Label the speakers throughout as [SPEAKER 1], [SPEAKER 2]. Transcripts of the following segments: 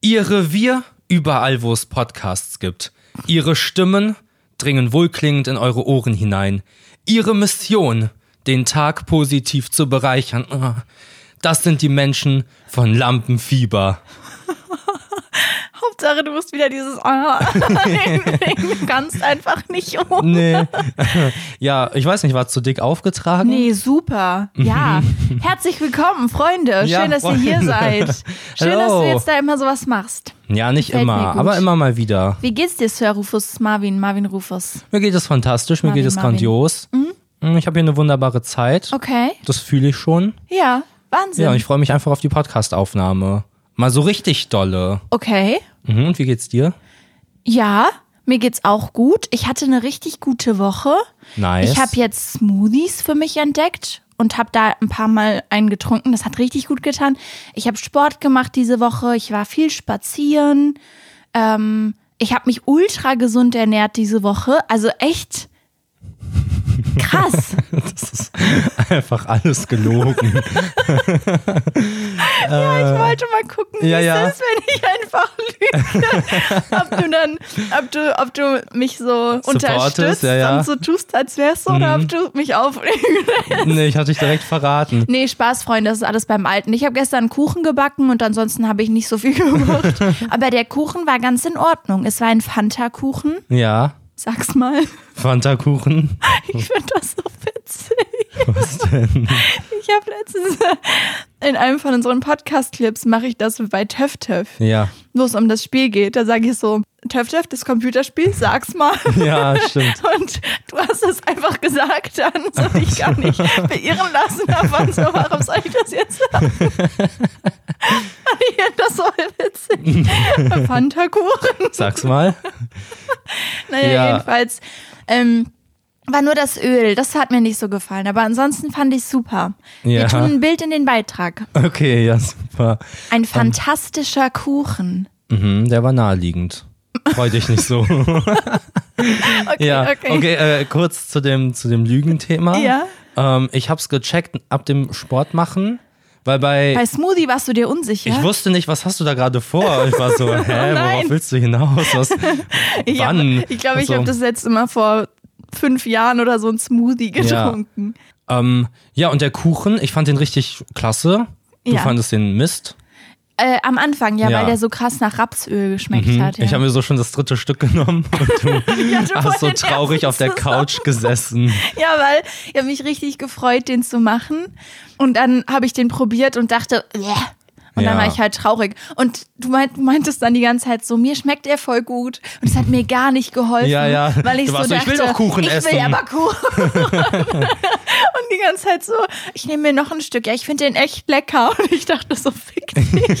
[SPEAKER 1] Ihr Revier überall, wo es Podcasts gibt. Ihre Stimmen dringen wohlklingend in eure Ohren hinein. Ihre Mission, den Tag positiv zu bereichern. Ah, Das sind die Menschen von Lampenfieber.
[SPEAKER 2] Hauptsache, du musst wieder dieses Ah hinbringen. Du kannst einfach nicht um.
[SPEAKER 1] Nee. ja, ich weiß nicht, war zu dick aufgetragen?
[SPEAKER 2] Nee, super. Ja. Herzlich willkommen, Freunde. Schön,
[SPEAKER 1] Ja,
[SPEAKER 2] dass ihr hier seid. Schön, dass
[SPEAKER 1] Hello.
[SPEAKER 2] du jetzt da immer sowas machst.
[SPEAKER 1] Ja, nicht
[SPEAKER 2] Gefällt mir
[SPEAKER 1] immer,
[SPEAKER 2] gut.
[SPEAKER 1] aber immer mal wieder.
[SPEAKER 2] Wie geht's dir, Sir Rufus Marvin, Marvin Rufus?
[SPEAKER 1] Mir geht es fantastisch, mir
[SPEAKER 2] Marvin,
[SPEAKER 1] geht es
[SPEAKER 2] Marvin.
[SPEAKER 1] grandios. Hm, Ich habe hier eine wunderbare Zeit.
[SPEAKER 2] Hm? Okay.
[SPEAKER 1] Das fühle ich schon.
[SPEAKER 2] Ja, Wahnsinn.
[SPEAKER 1] Ja, und ich freue mich einfach auf die Podcast-Aufnahme. Mal so richtig dolle.
[SPEAKER 2] okay.
[SPEAKER 1] Mhm, und wie geht's dir?
[SPEAKER 2] Ja, mir geht's auch gut. Ich hatte eine richtig gute Woche.
[SPEAKER 1] Nice.
[SPEAKER 2] Ich habe jetzt Smoothies für mich entdeckt und habe da ein paar Mal einen getrunken. Das hat richtig gut getan. Ich habe Sport gemacht diese Woche. Ich war viel spazieren. Ähm, ich habe mich ultra gesund ernährt diese Woche. Also echt krass.
[SPEAKER 1] einfach alles gelogen.
[SPEAKER 2] Ich wollte mal gucken,
[SPEAKER 1] ja,
[SPEAKER 2] wie
[SPEAKER 1] ja.
[SPEAKER 2] es ist, wenn ich einfach lüge. ob du dann, ob du, ob du mich so unterstützt
[SPEAKER 1] ja, ja. Mhm.
[SPEAKER 2] und so tust, als wärst du, oder ob du mich aufregst.
[SPEAKER 1] nee, ich hatte dich direkt verraten.
[SPEAKER 2] Nee, Spaß, Freunde, das ist alles beim Alten. Ich habe gestern einen Kuchen gebacken und ansonsten habe ich nicht so viel gemacht. Aber der Kuchen war ganz in Ordnung. Es war ein Fanta-Kuchen,
[SPEAKER 1] Ja.
[SPEAKER 2] sag's mal.
[SPEAKER 1] Fanta-Kuchen.
[SPEAKER 2] Ich finde das so witzig. Was denn? Ich habe letztens in einem von unseren Podcast-Clips mache ich das bei Töff Töff.
[SPEAKER 1] Ja.
[SPEAKER 2] wo es um das Spiel geht, da sage ich so, Töff Töff, das Computerspiel, sag's mal.
[SPEAKER 1] Ja, stimmt.
[SPEAKER 2] Und du hast es einfach gesagt, dann soll ich gar nicht beirren lassen davon. So, warum soll ich das jetzt sagen? Ich finde das so witzig. Fanta-Kuchen.
[SPEAKER 1] Sag's mal.
[SPEAKER 2] Naja,
[SPEAKER 1] Ja.
[SPEAKER 2] jedenfalls. Ähm, war nur das Öl, das hat mir nicht so gefallen. Aber ansonsten fand ich super. Wir
[SPEAKER 1] Ja.
[SPEAKER 2] tun ein Bild in den Beitrag.
[SPEAKER 1] Okay, ja, super.
[SPEAKER 2] Ein fantastischer Kuchen.
[SPEAKER 1] Mhm, der war naheliegend. Freu dich nicht so.
[SPEAKER 2] Okay,
[SPEAKER 1] ja,
[SPEAKER 2] okay.
[SPEAKER 1] okay. äh, kurz zu dem, zu dem Lügenthema.
[SPEAKER 2] Ja.
[SPEAKER 1] Ähm, ich hab's gecheckt ab dem Sport machen, weil bei,
[SPEAKER 2] Bei Smoothie warst du dir unsicher.
[SPEAKER 1] ich wusste nicht, was hast du da gerade vor? Ich war so, hä,
[SPEAKER 2] Oh nein.
[SPEAKER 1] worauf willst du hinaus? Was,
[SPEAKER 2] Ich hab-
[SPEAKER 1] wann?
[SPEAKER 2] Ich glaube, ich
[SPEAKER 1] Also,
[SPEAKER 2] habe das letzte Mal vor fünf Jahren oder so ein Smoothie getrunken.
[SPEAKER 1] Ähm, ja, und der Kuchen, ich fand den richtig klasse. Du
[SPEAKER 2] Ja.
[SPEAKER 1] fandest den Mist.
[SPEAKER 2] Äh, am Anfang, ja,
[SPEAKER 1] Ja. Mhm.
[SPEAKER 2] weil der so krass nach Rapsöl geschmeckt hat. Ja.
[SPEAKER 1] Hm. Ich habe mir so schon das dritte Stück genommen und du
[SPEAKER 2] ja, du
[SPEAKER 1] hast so
[SPEAKER 2] wolltest den
[SPEAKER 1] traurig
[SPEAKER 2] ersten
[SPEAKER 1] auf der
[SPEAKER 2] zusammen-
[SPEAKER 1] Couch gesessen.
[SPEAKER 2] Ja, weil ich habe mich richtig gefreut, den zu machen. Und dann habe ich den probiert und dachte, "Bleh." und dann
[SPEAKER 1] Ja.
[SPEAKER 2] war ich halt traurig. Und du, meint, du meintest dann die ganze Zeit so, mir schmeckt er voll gut. Und es hat mir gar nicht geholfen.
[SPEAKER 1] Ja, ja.
[SPEAKER 2] Weil ich
[SPEAKER 1] Du
[SPEAKER 2] so
[SPEAKER 1] warst so,
[SPEAKER 2] dachte,
[SPEAKER 1] ich will doch Kuchen
[SPEAKER 2] ich will
[SPEAKER 1] essen.
[SPEAKER 2] aber Kuchen. und die ganze Zeit so, ich nehme mir noch ein Stück. Ja, ich finde den echt lecker. Und ich dachte so, fick dich.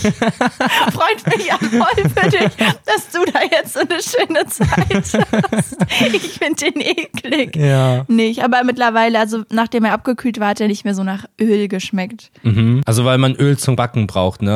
[SPEAKER 2] Freut mich ja voll für dich, dass du da jetzt so eine schöne Zeit hast. Ich finde den eklig
[SPEAKER 1] Ja.
[SPEAKER 2] nicht. Aber mittlerweile, also nachdem er abgekühlt war, hat er nicht mehr so nach Öl geschmeckt.
[SPEAKER 1] Mhm. Also weil man Öl zum Backen braucht, ne?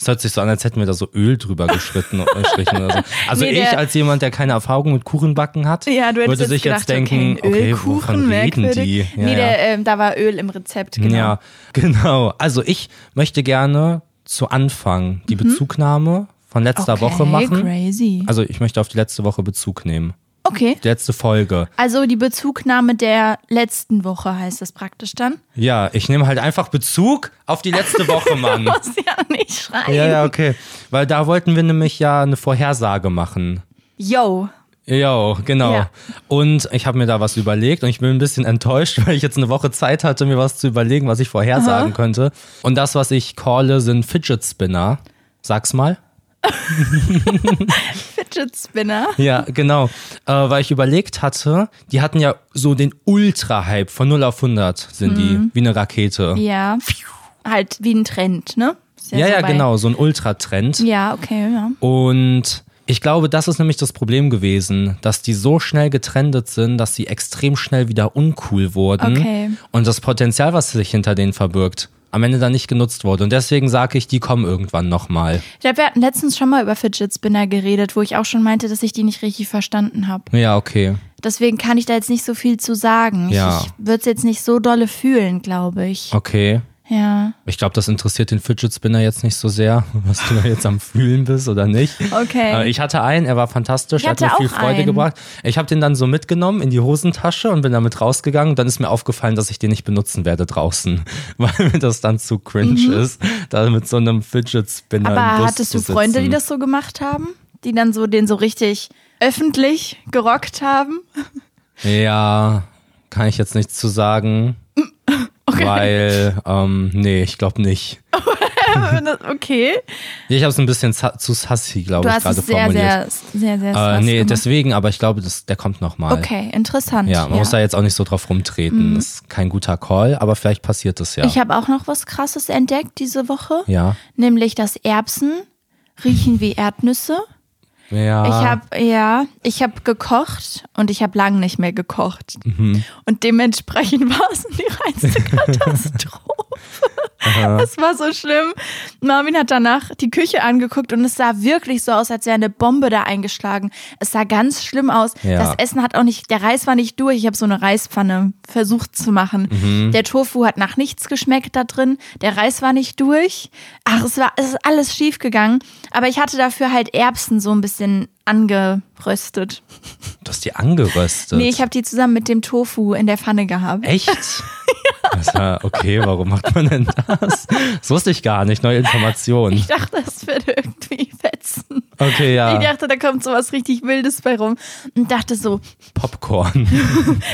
[SPEAKER 1] Es hört sich so an, als hätten wir da so Öl drüber geschritten oder gestrichen oder so. Also
[SPEAKER 2] Nee,
[SPEAKER 1] ich
[SPEAKER 2] der-
[SPEAKER 1] als jemand, der keine Erfahrung mit Kuchenbacken hat,
[SPEAKER 2] Ja, du hättest
[SPEAKER 1] würde
[SPEAKER 2] jetzt
[SPEAKER 1] sich
[SPEAKER 2] gedacht,
[SPEAKER 1] jetzt denken,
[SPEAKER 2] okay, ein
[SPEAKER 1] okay,
[SPEAKER 2] Ölkuchen,
[SPEAKER 1] wovon reden die?
[SPEAKER 2] merkwürdig. nee, Der, ähm, da war Öl im Rezept, genau.
[SPEAKER 1] Ja, genau. Also ich möchte gerne zu Anfang die Bezugnahme von letzter
[SPEAKER 2] Mhm. okay,
[SPEAKER 1] Woche machen.
[SPEAKER 2] crazy.
[SPEAKER 1] Also ich möchte auf die letzte Woche Bezug nehmen.
[SPEAKER 2] Okay,
[SPEAKER 1] Die letzte Folge.
[SPEAKER 2] also die Bezugnahme der letzten Woche heißt das praktisch dann.
[SPEAKER 1] Ja, ich nehme halt einfach Bezug auf die letzte Woche, Mann.
[SPEAKER 2] Muss ja nicht schreien.
[SPEAKER 1] Hm. ja, ja, okay. Weil da wollten wir nämlich ja eine Vorhersage machen.
[SPEAKER 2] Yo,
[SPEAKER 1] Jo, genau.
[SPEAKER 2] Ja.
[SPEAKER 1] Und ich habe mir da was überlegt und ich bin ein bisschen enttäuscht, weil ich jetzt eine Woche Zeit hatte, mir was zu überlegen, was ich vorhersagen könnte. Und das, was ich calle, sind Fidget Spinner. Sag's mal.
[SPEAKER 2] Fidget Spinner.
[SPEAKER 1] Ja, genau. Äh, weil ich überlegt hatte, die hatten ja so den Ultra-Hype von 0 auf 100 sind die, wie eine Rakete.
[SPEAKER 2] Ja, halt wie ein Trend, ne? Ist
[SPEAKER 1] Ja,
[SPEAKER 2] so
[SPEAKER 1] ja,
[SPEAKER 2] bei-
[SPEAKER 1] genau, so ein Ultratrend.
[SPEAKER 2] Ja, okay, ja.
[SPEAKER 1] Und ich glaube, das ist nämlich das Problem gewesen, dass die so schnell getrendet sind, dass sie extrem schnell wieder uncool wurden.
[SPEAKER 2] Okay.
[SPEAKER 1] Und das Potenzial, was sich hinter denen verbirgt, am Ende dann nicht genutzt wurde. Und deswegen sage ich, die kommen irgendwann nochmal.
[SPEAKER 2] Ich glaub, wir hatten letztens schon mal über Fidget Spinner geredet, wo ich auch schon meinte, dass ich die nicht richtig verstanden habe.
[SPEAKER 1] Ja, okay.
[SPEAKER 2] Deswegen kann ich da jetzt nicht so viel zu sagen. Ich-
[SPEAKER 1] Ja.
[SPEAKER 2] Ich würde es jetzt nicht so dolle fühlen, glaube ich.
[SPEAKER 1] Okay.
[SPEAKER 2] Ja.
[SPEAKER 1] Ich glaube, das interessiert den Fidget Spinner jetzt nicht so sehr, was du da jetzt am Fühlen bist oder nicht.
[SPEAKER 2] Okay.
[SPEAKER 1] Äh, Ich hatte einen, er war fantastisch,
[SPEAKER 2] Ich
[SPEAKER 1] hat mir
[SPEAKER 2] hatte
[SPEAKER 1] viel
[SPEAKER 2] auch
[SPEAKER 1] Freude
[SPEAKER 2] einen.
[SPEAKER 1] gebracht. Ich habe den dann so mitgenommen in die Hosentasche und bin damit rausgegangen. Dann ist mir aufgefallen, dass ich den nicht benutzen werde draußen, weil mir das dann zu cringe ist, da mit so einem Fidget Spinner im
[SPEAKER 2] Mhm. Aber
[SPEAKER 1] Bus
[SPEAKER 2] hattest
[SPEAKER 1] zu
[SPEAKER 2] du Freunde, die
[SPEAKER 1] sitzen.
[SPEAKER 2] das so gemacht haben? Die dann so den so richtig öffentlich gerockt haben?
[SPEAKER 1] Ja, kann ich jetzt nichts zu sagen. Weil, ähm, nee, ich glaube nicht.
[SPEAKER 2] okay.
[SPEAKER 1] Ich habe es ein bisschen sa- zu sassy, glaube
[SPEAKER 2] Du
[SPEAKER 1] ich,
[SPEAKER 2] hast
[SPEAKER 1] gerade
[SPEAKER 2] es sehr,
[SPEAKER 1] formuliert.
[SPEAKER 2] sehr, sehr, sehr
[SPEAKER 1] Äh,
[SPEAKER 2] sass
[SPEAKER 1] nee,
[SPEAKER 2] gemacht.
[SPEAKER 1] deswegen, aber ich glaube, das, der kommt nochmal.
[SPEAKER 2] Okay, interessant.
[SPEAKER 1] Ja, man muss da jetzt auch nicht so drauf rumtreten. Ist kein guter Call, aber vielleicht passiert es ja.
[SPEAKER 2] Ich habe auch noch was Krasses entdeckt diese Woche.
[SPEAKER 1] ja.
[SPEAKER 2] Nämlich, dass Erbsen riechen wie Erdnüsse.
[SPEAKER 1] Ja.
[SPEAKER 2] Ich habe, ja, ich habe gekocht und ich habe lange nicht mehr gekocht. Und dementsprechend war es die reinste Katastrophe. Es war so schlimm. Marvin hat danach die Küche angeguckt und es sah wirklich so aus, als wäre eine Bombe da eingeschlagen. Es sah ganz schlimm aus.
[SPEAKER 1] Ja.
[SPEAKER 2] Das Essen hat auch nicht, der Reis war nicht durch. Ich habe so eine Reispfanne versucht zu machen.
[SPEAKER 1] Mhm.
[SPEAKER 2] Der Tofu hat nach nichts geschmeckt da drin. Der Reis war nicht durch. Ach, es war, es ist alles schief gegangen. Aber ich hatte dafür halt Erbsen so ein bisschen angeröstet.
[SPEAKER 1] du hast die angeröstet.
[SPEAKER 2] Nee, ich habe die zusammen mit dem Tofu in der Pfanne gehabt.
[SPEAKER 1] Echt? Das war, okay, warum macht man denn das? Das wusste ich gar nicht. Neue Informationen.
[SPEAKER 2] Ich dachte, das würde irgendwie fetzen.
[SPEAKER 1] Okay,
[SPEAKER 2] Ich
[SPEAKER 1] ja.
[SPEAKER 2] dachte, da kommt sowas richtig Wildes bei rum. Und dachte so,
[SPEAKER 1] Popcorn.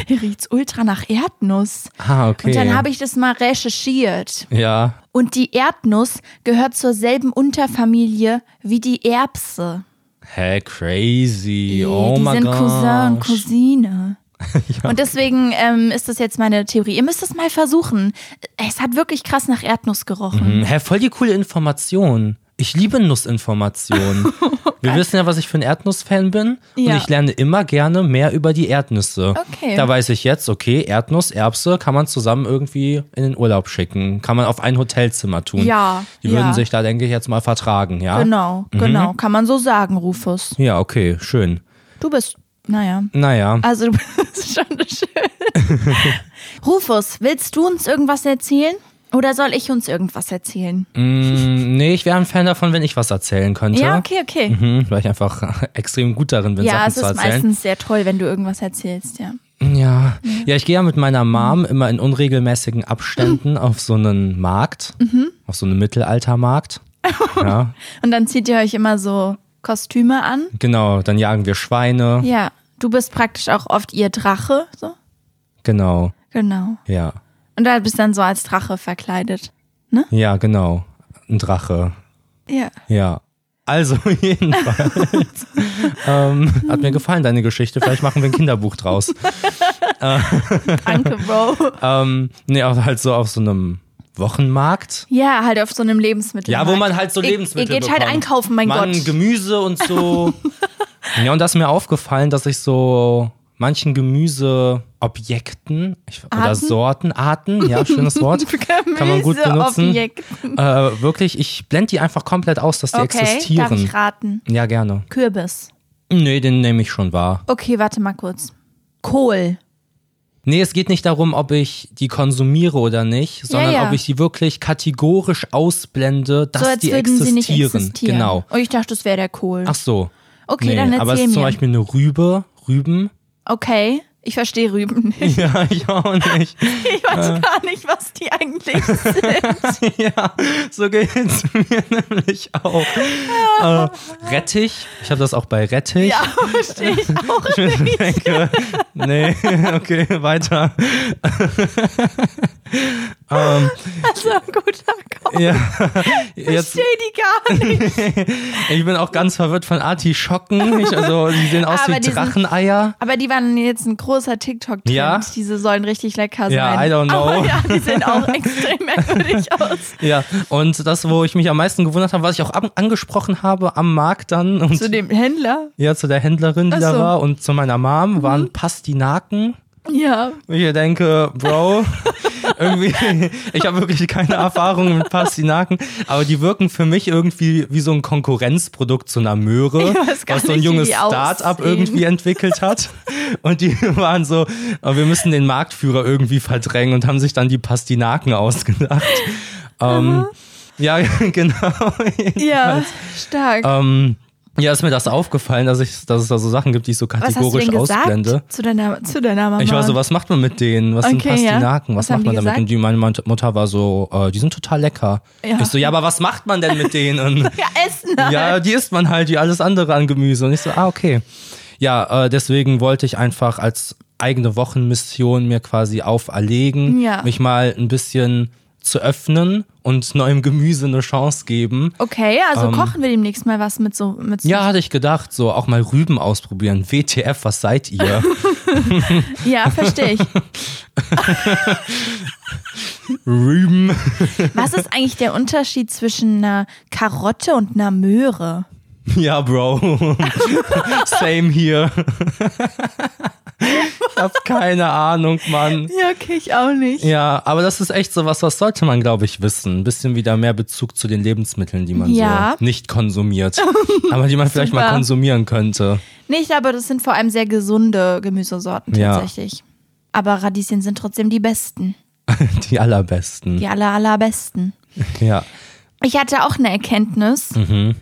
[SPEAKER 2] hier riecht's ultra nach Erdnuss.
[SPEAKER 1] Ah, okay.
[SPEAKER 2] Und dann habe ich das mal recherchiert.
[SPEAKER 1] Ja.
[SPEAKER 2] Und die Erdnuss gehört zur selben Unterfamilie wie die Erbse.
[SPEAKER 1] Hä, crazy.
[SPEAKER 2] Die,
[SPEAKER 1] oh
[SPEAKER 2] die
[SPEAKER 1] mein
[SPEAKER 2] sind
[SPEAKER 1] Gott.
[SPEAKER 2] Cousin, Cousine. Und deswegen ähm, ist das jetzt meine Theorie. Ihr müsst es mal versuchen. Es hat wirklich krass nach Erdnuss gerochen.
[SPEAKER 1] Hm, Hä, voll die coole Information. Ich liebe Nussinformationen. Wir wissen ja, was ich für ein Erdnussfan bin. Und
[SPEAKER 2] Oh Ja.
[SPEAKER 1] ich lerne immer gerne mehr über die Erdnüsse.
[SPEAKER 2] Okay.
[SPEAKER 1] Da weiß ich jetzt, okay, Erdnuss, Erbse kann man zusammen irgendwie in den Urlaub schicken. Kann man auf ein Hotelzimmer tun.
[SPEAKER 2] Ja,
[SPEAKER 1] Die würden
[SPEAKER 2] ja.
[SPEAKER 1] sich da, denke ich, jetzt mal vertragen, ja? Mhm.
[SPEAKER 2] Genau, genau. Kann man so sagen, Rufus.
[SPEAKER 1] Ja, okay, schön.
[SPEAKER 2] Du bist, naja.
[SPEAKER 1] Naja.
[SPEAKER 2] Also du bist schon schön. Rufus, willst du uns irgendwas erzählen? Oder soll ich uns irgendwas erzählen?
[SPEAKER 1] Mm, nee, ich wäre ein Fan davon, wenn ich was erzählen könnte.
[SPEAKER 2] Ja, okay, okay.
[SPEAKER 1] Mhm, weil ich einfach extrem gut darin bin,
[SPEAKER 2] Ja,
[SPEAKER 1] Sachen
[SPEAKER 2] es
[SPEAKER 1] zu
[SPEAKER 2] ist
[SPEAKER 1] erzählen.
[SPEAKER 2] meistens sehr toll, wenn du irgendwas erzählst, ja.
[SPEAKER 1] Ja. ja, ich gehe ja mit meiner Mom immer in unregelmäßigen Abständen auf so einen Markt, auf so einen Mittelaltermarkt. Ja,
[SPEAKER 2] Und dann zieht ihr euch immer so Kostüme an.
[SPEAKER 1] genau, dann jagen wir Schweine.
[SPEAKER 2] Ja, du bist praktisch auch oft ihr Drache, so.
[SPEAKER 1] Genau,
[SPEAKER 2] Genau.
[SPEAKER 1] ja.
[SPEAKER 2] Und da bist dann so als Drache verkleidet.
[SPEAKER 1] Ja, genau, ein Drache.
[SPEAKER 2] Ja.
[SPEAKER 1] Ja. Also, jedenfalls. ähm, hat mir gefallen, deine Geschichte. Vielleicht machen wir ein Kinderbuch draus.
[SPEAKER 2] Danke, Bro.
[SPEAKER 1] Ähm, nee, aber halt so auf so einem Wochenmarkt.
[SPEAKER 2] ja, halt auf so einem Lebensmittel.
[SPEAKER 1] Ja, wo man halt so Lebensmittel
[SPEAKER 2] Ihr, ihr geht halt
[SPEAKER 1] bekommt.
[SPEAKER 2] einkaufen, mein
[SPEAKER 1] Mann,
[SPEAKER 2] Gott.
[SPEAKER 1] Gemüse und so. ja, und das ist mir aufgefallen, dass ich so manchen Gemüseobjekten ich, oder
[SPEAKER 2] Arten?
[SPEAKER 1] Sorten, Arten, ja, schönes Wort, kann man gut benutzen. Äh,
[SPEAKER 2] Gemüseobjekten.
[SPEAKER 1] wirklich, ich blende die einfach komplett aus, dass die
[SPEAKER 2] Okay, darf
[SPEAKER 1] existieren.
[SPEAKER 2] ich raten?
[SPEAKER 1] Ja, gerne.
[SPEAKER 2] Kürbis.
[SPEAKER 1] Nee, den nehme ich schon wahr.
[SPEAKER 2] Okay, warte mal kurz. Kohl.
[SPEAKER 1] Nee, es geht nicht darum, ob ich die konsumiere oder nicht, sondern
[SPEAKER 2] ja.
[SPEAKER 1] ob ich die wirklich kategorisch ausblende, dass
[SPEAKER 2] so als
[SPEAKER 1] die
[SPEAKER 2] würden
[SPEAKER 1] existieren.
[SPEAKER 2] sie nicht existieren.
[SPEAKER 1] Genau.
[SPEAKER 2] Und ich dachte, das wäre der Kohl.
[SPEAKER 1] Ach so.
[SPEAKER 2] Okay,
[SPEAKER 1] nee,
[SPEAKER 2] dann erzähl
[SPEAKER 1] aber es ist zum
[SPEAKER 2] mir.
[SPEAKER 1] Beispiel eine Rübe, Rüben.
[SPEAKER 2] Okay, ich verstehe Rüben nicht.
[SPEAKER 1] Ja, ich auch nicht.
[SPEAKER 2] Ich weiß gar nicht, was die eigentlich
[SPEAKER 1] Ja, so geht's mir nämlich auch. Äh, Rettich, ich habe das auch bei Rettich.
[SPEAKER 2] Ja, verstehe ich auch.
[SPEAKER 1] Ich mir denke, nee, okay, weiter.
[SPEAKER 2] Also guter Kopf.
[SPEAKER 1] Ja,
[SPEAKER 2] Ich
[SPEAKER 1] jetzt,
[SPEAKER 2] verstehe die gar nicht.
[SPEAKER 1] ich bin auch ganz verwirrt von Artischocken. Ich, also, die sehen aus
[SPEAKER 2] Aber
[SPEAKER 1] wie
[SPEAKER 2] die sind-
[SPEAKER 1] Dracheneier.
[SPEAKER 2] Aber die waren jetzt ein großer TikTok-Trend.
[SPEAKER 1] Ja?
[SPEAKER 2] Diese sollen richtig lecker sein.
[SPEAKER 1] Ja, I don't know.
[SPEAKER 2] Aber ja, die sehen auch extrem merkwürdig aus.
[SPEAKER 1] Ja, und das, wo ich mich am meisten gewundert habe, was ich auch an- angesprochen habe am Markt dann und
[SPEAKER 2] Zu dem Händler.
[SPEAKER 1] ja, zu der Händlerin, die
[SPEAKER 2] Ach
[SPEAKER 1] da
[SPEAKER 2] so. Mhm.
[SPEAKER 1] war und zu meiner Mom, waren Pastinaken.
[SPEAKER 2] Ja.
[SPEAKER 1] Und ich denke, Bro, irgendwie, ich habe wirklich keine Erfahrung mit Pastinaken, aber die wirken für mich irgendwie wie so ein Konkurrenzprodukt zu einer Möhre,
[SPEAKER 2] Ich weiß gar
[SPEAKER 1] was so ein
[SPEAKER 2] nicht, wie
[SPEAKER 1] junges
[SPEAKER 2] die
[SPEAKER 1] Start-up
[SPEAKER 2] aussehen.
[SPEAKER 1] irgendwie entwickelt hat. Und die waren so, "Oh, wir müssen den Marktführer irgendwie verdrängen und haben sich dann die Pastinaken ausgedacht. Ähm, ja, genau.
[SPEAKER 2] Ja, stark.
[SPEAKER 1] ähm, ja, ist mir das aufgefallen, dass, ich, dass es da so Sachen gibt, die ich so
[SPEAKER 2] was hast du
[SPEAKER 1] kategorisch
[SPEAKER 2] denn gesagt
[SPEAKER 1] ausblende.
[SPEAKER 2] zu deiner, zu deiner Mama?
[SPEAKER 1] Ich war so, was macht man mit denen? Was sind
[SPEAKER 2] Okay, ja.
[SPEAKER 1] Pastinaken? Was,
[SPEAKER 2] Was haben
[SPEAKER 1] macht man
[SPEAKER 2] die
[SPEAKER 1] damit?
[SPEAKER 2] gesagt?
[SPEAKER 1] Und die, meine Mutter war so, äh, die sind total lecker.
[SPEAKER 2] Ja.
[SPEAKER 1] Ich so, ja, aber was macht man denn mit denen?
[SPEAKER 2] Ja, Essen. halt.
[SPEAKER 1] ja, die isst man halt, wie alles andere an Gemüse. Und ich so, ah, okay. Ja, äh, deswegen wollte ich einfach als eigene Wochenmission mir quasi auferlegen,
[SPEAKER 2] Ja.
[SPEAKER 1] mich mal ein bisschen zu öffnen und neuem Gemüse eine Chance geben.
[SPEAKER 2] Okay, also kochen wir demnächst mal was mit so. Mit so
[SPEAKER 1] Ähm, Ja, hatte ich gedacht, so auch mal Rüben ausprobieren. WTF, was seid ihr?
[SPEAKER 2] ja verstehe ich.
[SPEAKER 1] Rüben.
[SPEAKER 2] Was ist eigentlich der Unterschied zwischen einer Karotte und einer Möhre?
[SPEAKER 1] Ja, Bro. Same hier. ich hab keine Ahnung, Mann.
[SPEAKER 2] Ja, okay, ich auch nicht.
[SPEAKER 1] Ja, aber das ist echt so was, was sollte man, glaube ich, wissen. Ein bisschen wieder mehr Bezug zu den Lebensmitteln, die man
[SPEAKER 2] Ja.
[SPEAKER 1] so nicht konsumiert, aber die man vielleicht mal
[SPEAKER 2] Super.
[SPEAKER 1] konsumieren könnte.
[SPEAKER 2] Nicht, aber das sind vor allem sehr gesunde Gemüsesorten
[SPEAKER 1] Ja.
[SPEAKER 2] tatsächlich. Aber Radieschen sind trotzdem die besten.
[SPEAKER 1] Die allerbesten.
[SPEAKER 2] Die aller, allerbesten.
[SPEAKER 1] Ja.
[SPEAKER 2] Ich hatte auch eine Erkenntnis.
[SPEAKER 1] Mhm.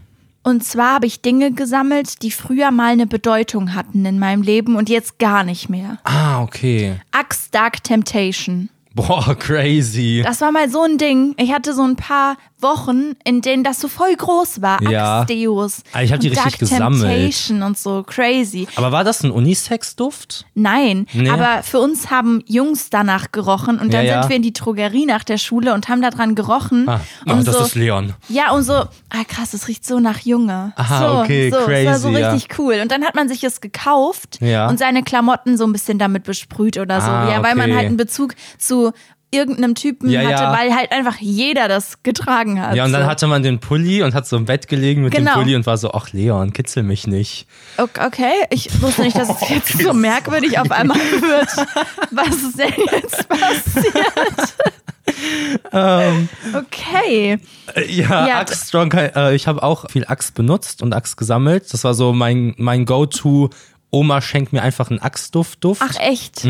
[SPEAKER 2] Und zwar habe ich Dinge gesammelt, die früher mal eine Bedeutung hatten in meinem Leben und jetzt gar nicht mehr.
[SPEAKER 1] Ah, okay.
[SPEAKER 2] Axe Dark Temptation.
[SPEAKER 1] Boah, crazy.
[SPEAKER 2] Das war mal so ein Ding. Ich hatte so ein paar Wochen, in denen das so voll groß war.
[SPEAKER 1] Ja.
[SPEAKER 2] Axe Deus.
[SPEAKER 1] Ah, ich hab die
[SPEAKER 2] und
[SPEAKER 1] richtig
[SPEAKER 2] Dark
[SPEAKER 1] gesammelt.
[SPEAKER 2] Temptation und so. Crazy.
[SPEAKER 1] Aber war das ein Unisex-Duft?
[SPEAKER 2] Nein,
[SPEAKER 1] Nee.
[SPEAKER 2] aber für uns haben Jungs danach gerochen und dann
[SPEAKER 1] Ja, ja.
[SPEAKER 2] sind wir in die Drogerie nach der Schule und haben daran gerochen.
[SPEAKER 1] Ah, ah,
[SPEAKER 2] und
[SPEAKER 1] das
[SPEAKER 2] so,
[SPEAKER 1] ist Leon.
[SPEAKER 2] ja, und so, ah krass, es riecht so nach Junge.
[SPEAKER 1] Aha,
[SPEAKER 2] so,
[SPEAKER 1] okay,
[SPEAKER 2] so, Es war so
[SPEAKER 1] crazy, ja.
[SPEAKER 2] richtig cool. Und dann hat man sich es gekauft
[SPEAKER 1] Ja.
[SPEAKER 2] und seine Klamotten so ein bisschen damit besprüht oder so.
[SPEAKER 1] Ah,
[SPEAKER 2] ja, weil man
[SPEAKER 1] okay.
[SPEAKER 2] halt einen Bezug zu irgendeinem Typen
[SPEAKER 1] Ja,
[SPEAKER 2] hatte,
[SPEAKER 1] ja.
[SPEAKER 2] weil halt einfach jeder das getragen hat.
[SPEAKER 1] Ja, und dann
[SPEAKER 2] so.
[SPEAKER 1] hatte man den Pulli und hat so im Bett gelegen mit
[SPEAKER 2] Genau.
[SPEAKER 1] dem Pulli und war so, ach Leon, kitzel mich nicht.
[SPEAKER 2] Ok- Okay, ich wusste nicht, dass
[SPEAKER 1] Oh,
[SPEAKER 2] es jetzt so merkwürdig auf einmal wird. Was ist denn jetzt passiert?
[SPEAKER 1] Ähm.
[SPEAKER 2] okay.
[SPEAKER 1] Äh, Ja,
[SPEAKER 2] Ja,
[SPEAKER 1] Axe Strong, äh, ich habe auch viel Axe benutzt und Axe gesammelt. Das war so mein, mein Go-To. Oma schenkt mir einfach einen Axe-Duft-Duft.
[SPEAKER 2] Ach echt?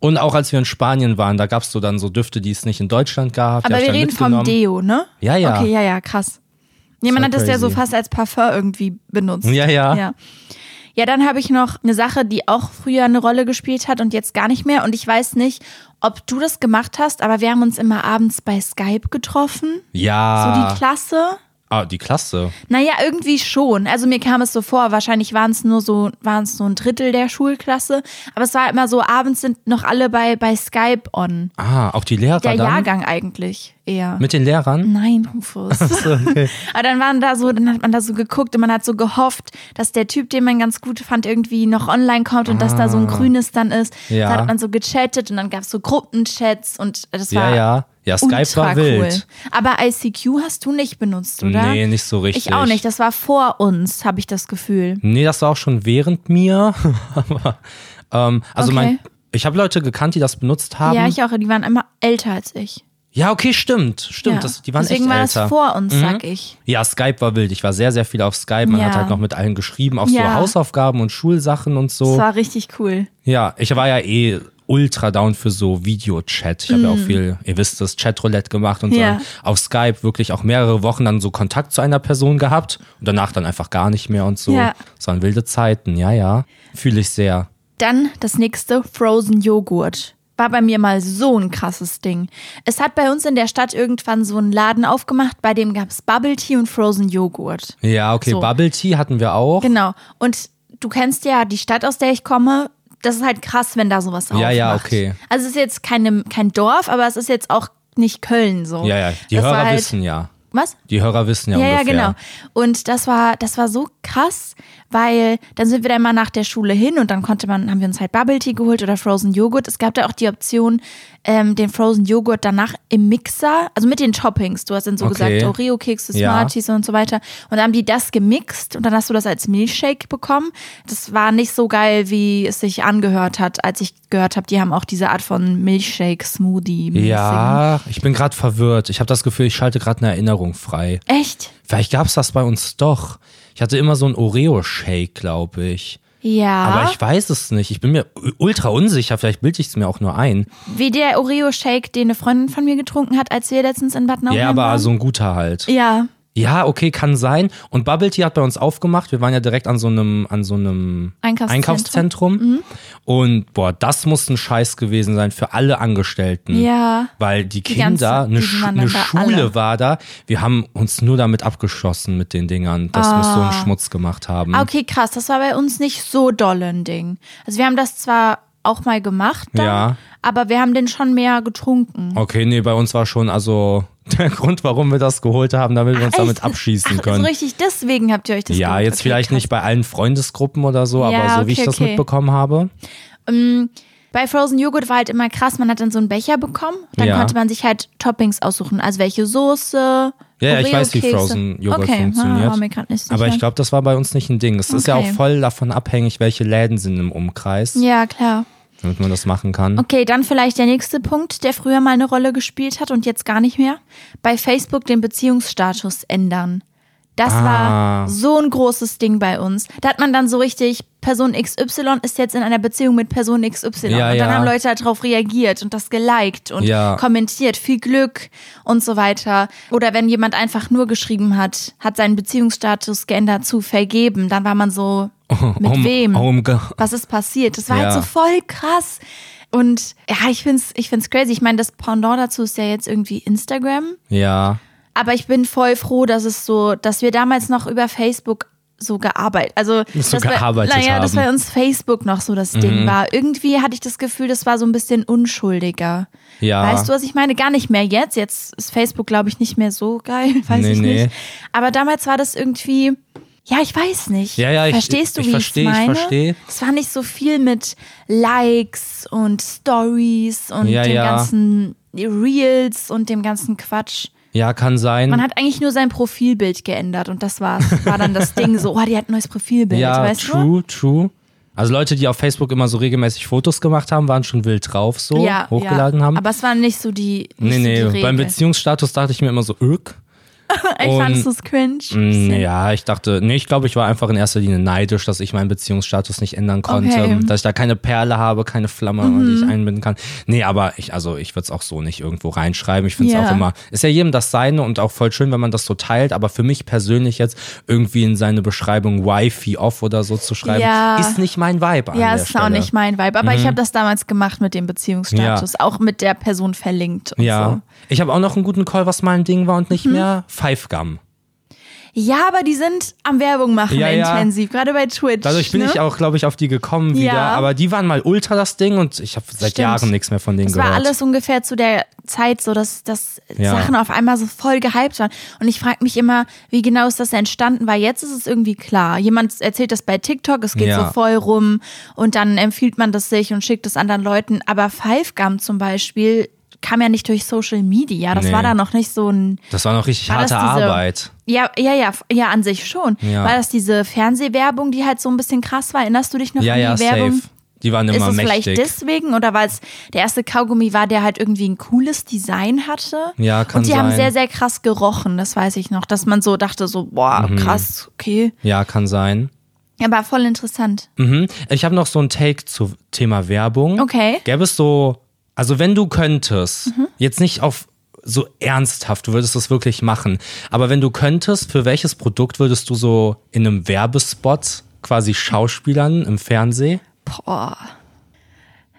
[SPEAKER 1] Und auch als wir in Spanien waren, da gab's so dann so Düfte, die es nicht in Deutschland gab. Die
[SPEAKER 2] Aber
[SPEAKER 1] hab ich
[SPEAKER 2] wir
[SPEAKER 1] dann
[SPEAKER 2] reden vom
[SPEAKER 1] mitgenommen.
[SPEAKER 2] Deo, ne?
[SPEAKER 1] Ja, ja.
[SPEAKER 2] Okay, ja, ja, krass. Jemand
[SPEAKER 1] war
[SPEAKER 2] hat das ja so
[SPEAKER 1] crazy.
[SPEAKER 2] fast als Parfum irgendwie benutzt.
[SPEAKER 1] Ja, ja.
[SPEAKER 2] Ja, ja dann habe ich noch eine Sache, die auch früher eine Rolle gespielt hat und jetzt gar nicht mehr. Und ich weiß nicht, ob du das gemacht hast, aber wir haben uns immer abends bei Skype getroffen.
[SPEAKER 1] Ja.
[SPEAKER 2] So die Klasse.
[SPEAKER 1] ah, die Klasse.
[SPEAKER 2] Naja, irgendwie schon. Also mir kam es so vor, wahrscheinlich waren es nur so, waren es so ein Drittel der Schulklasse. Aber es war immer so, abends sind noch alle bei, bei Skype on.
[SPEAKER 1] Ah, auch die Lehrer
[SPEAKER 2] Der
[SPEAKER 1] dann?
[SPEAKER 2] Jahrgang eigentlich eher.
[SPEAKER 1] Mit den Lehrern?
[SPEAKER 2] Nein, Rufus. Aber dann waren da so, dann hat man da so geguckt und man hat so gehofft, dass der Typ, den man ganz gut fand, irgendwie noch online kommt und dass da so ein grünes dann ist.
[SPEAKER 1] Ah. Ja.
[SPEAKER 2] Da hat man so gechattet und dann gab es so Gruppenchats und das war
[SPEAKER 1] Ja, ja. Ja, Skype
[SPEAKER 2] ultra
[SPEAKER 1] war wild.
[SPEAKER 2] cool. Aber ICQ hast du nicht benutzt, oder?
[SPEAKER 1] Nee, nicht so richtig.
[SPEAKER 2] Ich auch nicht. Das war vor uns, habe ich das Gefühl.
[SPEAKER 1] Nee, das war auch schon während mir. Aber, ähm, also
[SPEAKER 2] Okay.
[SPEAKER 1] mein, ich habe Leute gekannt, die das benutzt haben.
[SPEAKER 2] Ja, ich auch. Die waren immer älter als ich.
[SPEAKER 1] Ja, okay, stimmt, stimmt.
[SPEAKER 2] ja.
[SPEAKER 1] Das, die waren
[SPEAKER 2] Deswegen
[SPEAKER 1] echt
[SPEAKER 2] war
[SPEAKER 1] älter. Mhm.
[SPEAKER 2] das vor uns, sag ich.
[SPEAKER 1] ja, Skype war wild. Ich war sehr, sehr viel auf Skype. Man
[SPEAKER 2] Ja.
[SPEAKER 1] hat halt noch mit allen geschrieben, auch so
[SPEAKER 2] Ja.
[SPEAKER 1] Hausaufgaben und Schulsachen und
[SPEAKER 2] Das
[SPEAKER 1] so.
[SPEAKER 2] war richtig cool.
[SPEAKER 1] Ja, ich war ja eh ultra down für so Videochat. Ich habe ja auch viel, ihr wisst es, Chatroulette gemacht und
[SPEAKER 2] Mm. Ja.
[SPEAKER 1] dann auf Skype wirklich auch mehrere Wochen dann so Kontakt zu einer Person gehabt und danach dann einfach gar nicht mehr und so.
[SPEAKER 2] Ja.
[SPEAKER 1] Das waren wilde Zeiten, ja, ja. Fühle ich sehr.
[SPEAKER 2] Dann das nächste, Frozen Joghurt. War bei mir mal so ein krasses Ding. Es hat bei uns in der Stadt irgendwann so einen Laden aufgemacht, bei dem gab's Bubble Tea und Frozen Joghurt.
[SPEAKER 1] Ja, okay,
[SPEAKER 2] So.
[SPEAKER 1] Bubble Tea hatten wir auch.
[SPEAKER 2] Genau. Und du kennst ja die Stadt, aus der ich komme. Das ist halt krass, wenn da sowas aufmacht.
[SPEAKER 1] Ja, ja, okay.
[SPEAKER 2] Also es ist jetzt keine, kein Dorf, aber es ist jetzt auch nicht Köln so.
[SPEAKER 1] Ja, ja, die
[SPEAKER 2] das war
[SPEAKER 1] Hörer
[SPEAKER 2] halt,
[SPEAKER 1] wissen ja.
[SPEAKER 2] Was?
[SPEAKER 1] Die Hörer wissen ja,
[SPEAKER 2] Ja, ja,
[SPEAKER 1] ungefähr.
[SPEAKER 2] genau. Und das war, das war so krass, weil dann sind wir da immer nach der Schule hin und dann konnte man, haben wir uns halt Bubble Tea geholt oder Frozen Joghurt. Es gab da auch die Option, ähm, den Frozen Joghurt danach im Mixer, also mit den Toppings. Du hast dann so
[SPEAKER 1] Okay.
[SPEAKER 2] gesagt, Oreo-Kekse,
[SPEAKER 1] Ja.
[SPEAKER 2] Smarties und so weiter. Und dann haben die das gemixt und dann hast du das als Milchshake bekommen. Das war nicht so geil, wie es sich angehört hat, als ich gehört habe, die haben auch diese Art von Milchshake-Smoothie.
[SPEAKER 1] Ja, ich bin gerade verwirrt. Ich habe das Gefühl, ich schalte gerade eine Erinnerung frei.
[SPEAKER 2] Echt?
[SPEAKER 1] Vielleicht gab's das bei uns doch. Ich hatte immer so einen Oreo-Shake, glaube ich.
[SPEAKER 2] Ja.
[SPEAKER 1] Aber ich weiß es nicht. Ich bin mir u- ultra unsicher. Vielleicht bilde ich es mir auch nur ein.
[SPEAKER 2] Wie der Oreo-Shake, den eine Freundin von mir getrunken hat, als wir letztens in Bad Nauheim
[SPEAKER 1] Ja, aber
[SPEAKER 2] waren.
[SPEAKER 1] so ein guter halt.
[SPEAKER 2] Ja,
[SPEAKER 1] Ja, okay, kann sein. Und Bubble Tea hat bei uns aufgemacht. Wir waren ja direkt an so einem, an so einem
[SPEAKER 2] Einkaufszentrum. Mhm.
[SPEAKER 1] Einkaufszentrum. Und boah, das muss ein Scheiß gewesen sein für alle Angestellten.
[SPEAKER 2] Ja.
[SPEAKER 1] Weil die Kinder,
[SPEAKER 2] ganzen-
[SPEAKER 1] eine,
[SPEAKER 2] die
[SPEAKER 1] Schu
[SPEAKER 2] waren
[SPEAKER 1] eine
[SPEAKER 2] dann da
[SPEAKER 1] Schule
[SPEAKER 2] alle.
[SPEAKER 1] war da. Wir haben uns nur damit abgeschossen mit den Dingern, dass wir so einen Schmutz gemacht haben.
[SPEAKER 2] Ah, Okay, krass. Das war bei uns nicht so doll ein Ding. Also wir haben das zwar auch mal gemacht, dann,
[SPEAKER 1] Ja.
[SPEAKER 2] aber wir haben den schon mehr getrunken.
[SPEAKER 1] Okay, nee, bei uns war schon also der Grund, warum wir das geholt haben, damit wir uns damit
[SPEAKER 2] Echt?
[SPEAKER 1] abschießen
[SPEAKER 2] Ach,
[SPEAKER 1] können.
[SPEAKER 2] So richtig, deswegen habt ihr euch das
[SPEAKER 1] ja,
[SPEAKER 2] geholt.
[SPEAKER 1] jetzt
[SPEAKER 2] Okay,
[SPEAKER 1] vielleicht
[SPEAKER 2] krass.
[SPEAKER 1] nicht bei allen Freundesgruppen oder so,
[SPEAKER 2] Ja,
[SPEAKER 1] aber so wie ich
[SPEAKER 2] okay,
[SPEAKER 1] das
[SPEAKER 2] okay.
[SPEAKER 1] mitbekommen habe.
[SPEAKER 2] Bei Frozen Joghurt war halt immer krass, man hat dann so einen Becher bekommen, dann
[SPEAKER 1] Ja.
[SPEAKER 2] konnte man sich halt Toppings aussuchen, also welche Soße,
[SPEAKER 1] Ja, ja, ich
[SPEAKER 2] Oreo-Kekse.
[SPEAKER 1] weiß, wie Frozen Joghurt
[SPEAKER 2] okay.
[SPEAKER 1] funktioniert.
[SPEAKER 2] Ah, mir grad nicht
[SPEAKER 1] Aber
[SPEAKER 2] sicher.
[SPEAKER 1] ich glaube, das war bei uns nicht ein Ding. Es ist ja auch
[SPEAKER 2] Okay.
[SPEAKER 1] voll davon abhängig, welche Läden sind im Umkreis,
[SPEAKER 2] Ja, klar.
[SPEAKER 1] damit man das machen kann.
[SPEAKER 2] Okay, dann vielleicht der nächste Punkt, der früher mal eine Rolle gespielt hat und jetzt gar nicht mehr. Bei Facebook den Beziehungsstatus ändern. Das
[SPEAKER 1] Ah.
[SPEAKER 2] war so ein großes Ding bei uns. Da hat man dann so richtig, Person XY ist jetzt in einer Beziehung mit Person XY.
[SPEAKER 1] Ja,
[SPEAKER 2] und dann
[SPEAKER 1] ja.
[SPEAKER 2] haben Leute halt darauf reagiert und das geliked und
[SPEAKER 1] Ja.
[SPEAKER 2] kommentiert, viel Glück und so weiter. Oder wenn jemand einfach nur geschrieben hat, hat seinen Beziehungsstatus geändert zu vergeben, dann war man so, mit
[SPEAKER 1] oh,
[SPEAKER 2] wem?
[SPEAKER 1] Oh, um,
[SPEAKER 2] was ist passiert. Das war
[SPEAKER 1] Ja.
[SPEAKER 2] halt so voll krass. Und ja, ich find's, ich find's crazy. Ich meine, das Pendant dazu ist ja jetzt irgendwie Instagram.
[SPEAKER 1] ja.
[SPEAKER 2] Aber ich bin voll froh, dass es so, dass wir damals noch über Facebook so gearbeitet, also
[SPEAKER 1] So
[SPEAKER 2] dass bei-
[SPEAKER 1] gearbeitet
[SPEAKER 2] naja, dass
[SPEAKER 1] haben. Mhm.
[SPEAKER 2] bei uns Facebook noch so das Ding war. Irgendwie hatte ich das Gefühl, das war so ein bisschen unschuldiger.
[SPEAKER 1] Ja.
[SPEAKER 2] Weißt du, was ich meine? Gar nicht mehr jetzt. Jetzt ist Facebook, glaube ich, nicht mehr so geil. Weiß
[SPEAKER 1] Nee,
[SPEAKER 2] ich
[SPEAKER 1] nee.
[SPEAKER 2] nicht. Aber damals war das irgendwie. Ja, ich weiß nicht.
[SPEAKER 1] Ja, ja, ich-
[SPEAKER 2] Verstehst du,
[SPEAKER 1] ich
[SPEAKER 2] wie
[SPEAKER 1] versteh, ich
[SPEAKER 2] ich's meine?
[SPEAKER 1] versteh.
[SPEAKER 2] Es war nicht so viel mit Likes und Stories und
[SPEAKER 1] Ja,
[SPEAKER 2] den
[SPEAKER 1] ja.
[SPEAKER 2] ganzen Reels und dem ganzen Quatsch.
[SPEAKER 1] Ja, kann sein.
[SPEAKER 2] Man hat eigentlich nur sein Profilbild geändert und das war's. War dann das Ding so, oh, die hat ein neues Profilbild,
[SPEAKER 1] ja,
[SPEAKER 2] weißt du?
[SPEAKER 1] true, true. Also Leute, die auf Facebook immer so regelmäßig Fotos gemacht haben, waren schon wild drauf so,
[SPEAKER 2] Ja,
[SPEAKER 1] hochgeladen
[SPEAKER 2] ja.
[SPEAKER 1] haben.
[SPEAKER 2] Aber es war nicht so die.
[SPEAKER 1] nee,
[SPEAKER 2] Nicht
[SPEAKER 1] nee,
[SPEAKER 2] so die
[SPEAKER 1] beim
[SPEAKER 2] Regel.
[SPEAKER 1] Beziehungsstatus dachte ich mir immer so, irk.
[SPEAKER 2] Ich fand
[SPEAKER 1] und-
[SPEAKER 2] es cringe.
[SPEAKER 1] Mm, Ja, ich dachte, nee, ich glaube, ich war einfach in erster Linie neidisch, dass ich meinen Beziehungsstatus nicht ändern konnte,
[SPEAKER 2] Okay. Mhm.
[SPEAKER 1] dass ich da keine Perle habe, keine Flamme, an die ich einbinden kann. Nee, aber ich, also ich würde es auch so nicht irgendwo reinschreiben. Ich finde es
[SPEAKER 2] Ja.
[SPEAKER 1] auch immer, ist ja jedem das Seine und auch voll schön, wenn man das so teilt, aber für mich persönlich jetzt irgendwie in seine Beschreibung Wifi off oder so zu schreiben,
[SPEAKER 2] Ja.
[SPEAKER 1] ist nicht mein Vibe an
[SPEAKER 2] Ja,
[SPEAKER 1] der
[SPEAKER 2] ist
[SPEAKER 1] Stelle. Mhm.
[SPEAKER 2] auch nicht mein Vibe. Aber ich habe das damals gemacht mit dem Beziehungsstatus. Auch mit der Person verlinkt und
[SPEAKER 1] Ja.
[SPEAKER 2] so. Mhm.
[SPEAKER 1] Ich habe auch noch einen guten Call, was mal ein Ding war und nicht mehr. Five Gum.
[SPEAKER 2] Ja, aber die sind am Werbung machen
[SPEAKER 1] Ja, ja.
[SPEAKER 2] intensiv, gerade bei Twitch.
[SPEAKER 1] Dadurch bin
[SPEAKER 2] ne?
[SPEAKER 1] Also ich auch, glaube ich, auf die gekommen wieder.
[SPEAKER 2] Ja.
[SPEAKER 1] Aber die waren mal ultra das Ding und ich habe seit
[SPEAKER 2] Stimmt.
[SPEAKER 1] Jahren nichts mehr von denen
[SPEAKER 2] Das
[SPEAKER 1] gehört.
[SPEAKER 2] war alles ungefähr zu der Zeit so, dass, dass
[SPEAKER 1] Ja.
[SPEAKER 2] Sachen auf einmal so voll gehypt waren. Und ich frage mich immer, wie genau ist das entstanden? Weil jetzt ist es irgendwie klar. Jemand erzählt das bei TikTok, es geht
[SPEAKER 1] Ja.
[SPEAKER 2] so voll rum und dann empfiehlt man das sich und schickt es anderen Leuten. Aber Five Gum zum Beispiel kam ja nicht durch Social Media. Das
[SPEAKER 1] Nee.
[SPEAKER 2] war da noch nicht so ein
[SPEAKER 1] das war noch richtig
[SPEAKER 2] War das
[SPEAKER 1] harte
[SPEAKER 2] diese-
[SPEAKER 1] Arbeit.
[SPEAKER 2] Ja, ja, ja, f- ja, an sich schon.
[SPEAKER 1] Ja.
[SPEAKER 2] War das diese Fernsehwerbung, die halt so ein bisschen krass war? Erinnerst du dich noch
[SPEAKER 1] Ja,
[SPEAKER 2] an die
[SPEAKER 1] ja,
[SPEAKER 2] Werbung?
[SPEAKER 1] safe. Die waren
[SPEAKER 2] Ist
[SPEAKER 1] immer
[SPEAKER 2] es vielleicht
[SPEAKER 1] mächtig.
[SPEAKER 2] deswegen oder weil es der erste Kaugummi war, der halt irgendwie ein cooles Design hatte?
[SPEAKER 1] Ja, kann
[SPEAKER 2] Und die haben
[SPEAKER 1] sein.
[SPEAKER 2] sehr, sehr krass gerochen, das weiß ich noch, dass man so dachte, so, boah,
[SPEAKER 1] Mhm.
[SPEAKER 2] krass, okay.
[SPEAKER 1] Ja, kann sein.
[SPEAKER 2] Aber voll interessant.
[SPEAKER 1] Mhm. Ich habe noch so einen Take zu Thema Werbung.
[SPEAKER 2] Okay. Mhm.
[SPEAKER 1] Gäbe es so, also wenn du könntest, jetzt nicht auf so ernsthaft, du würdest das wirklich machen, aber wenn du könntest, für welches Produkt würdest du so in einem Werbespot quasi Schauspielern im Fernsehen?
[SPEAKER 2] Boah.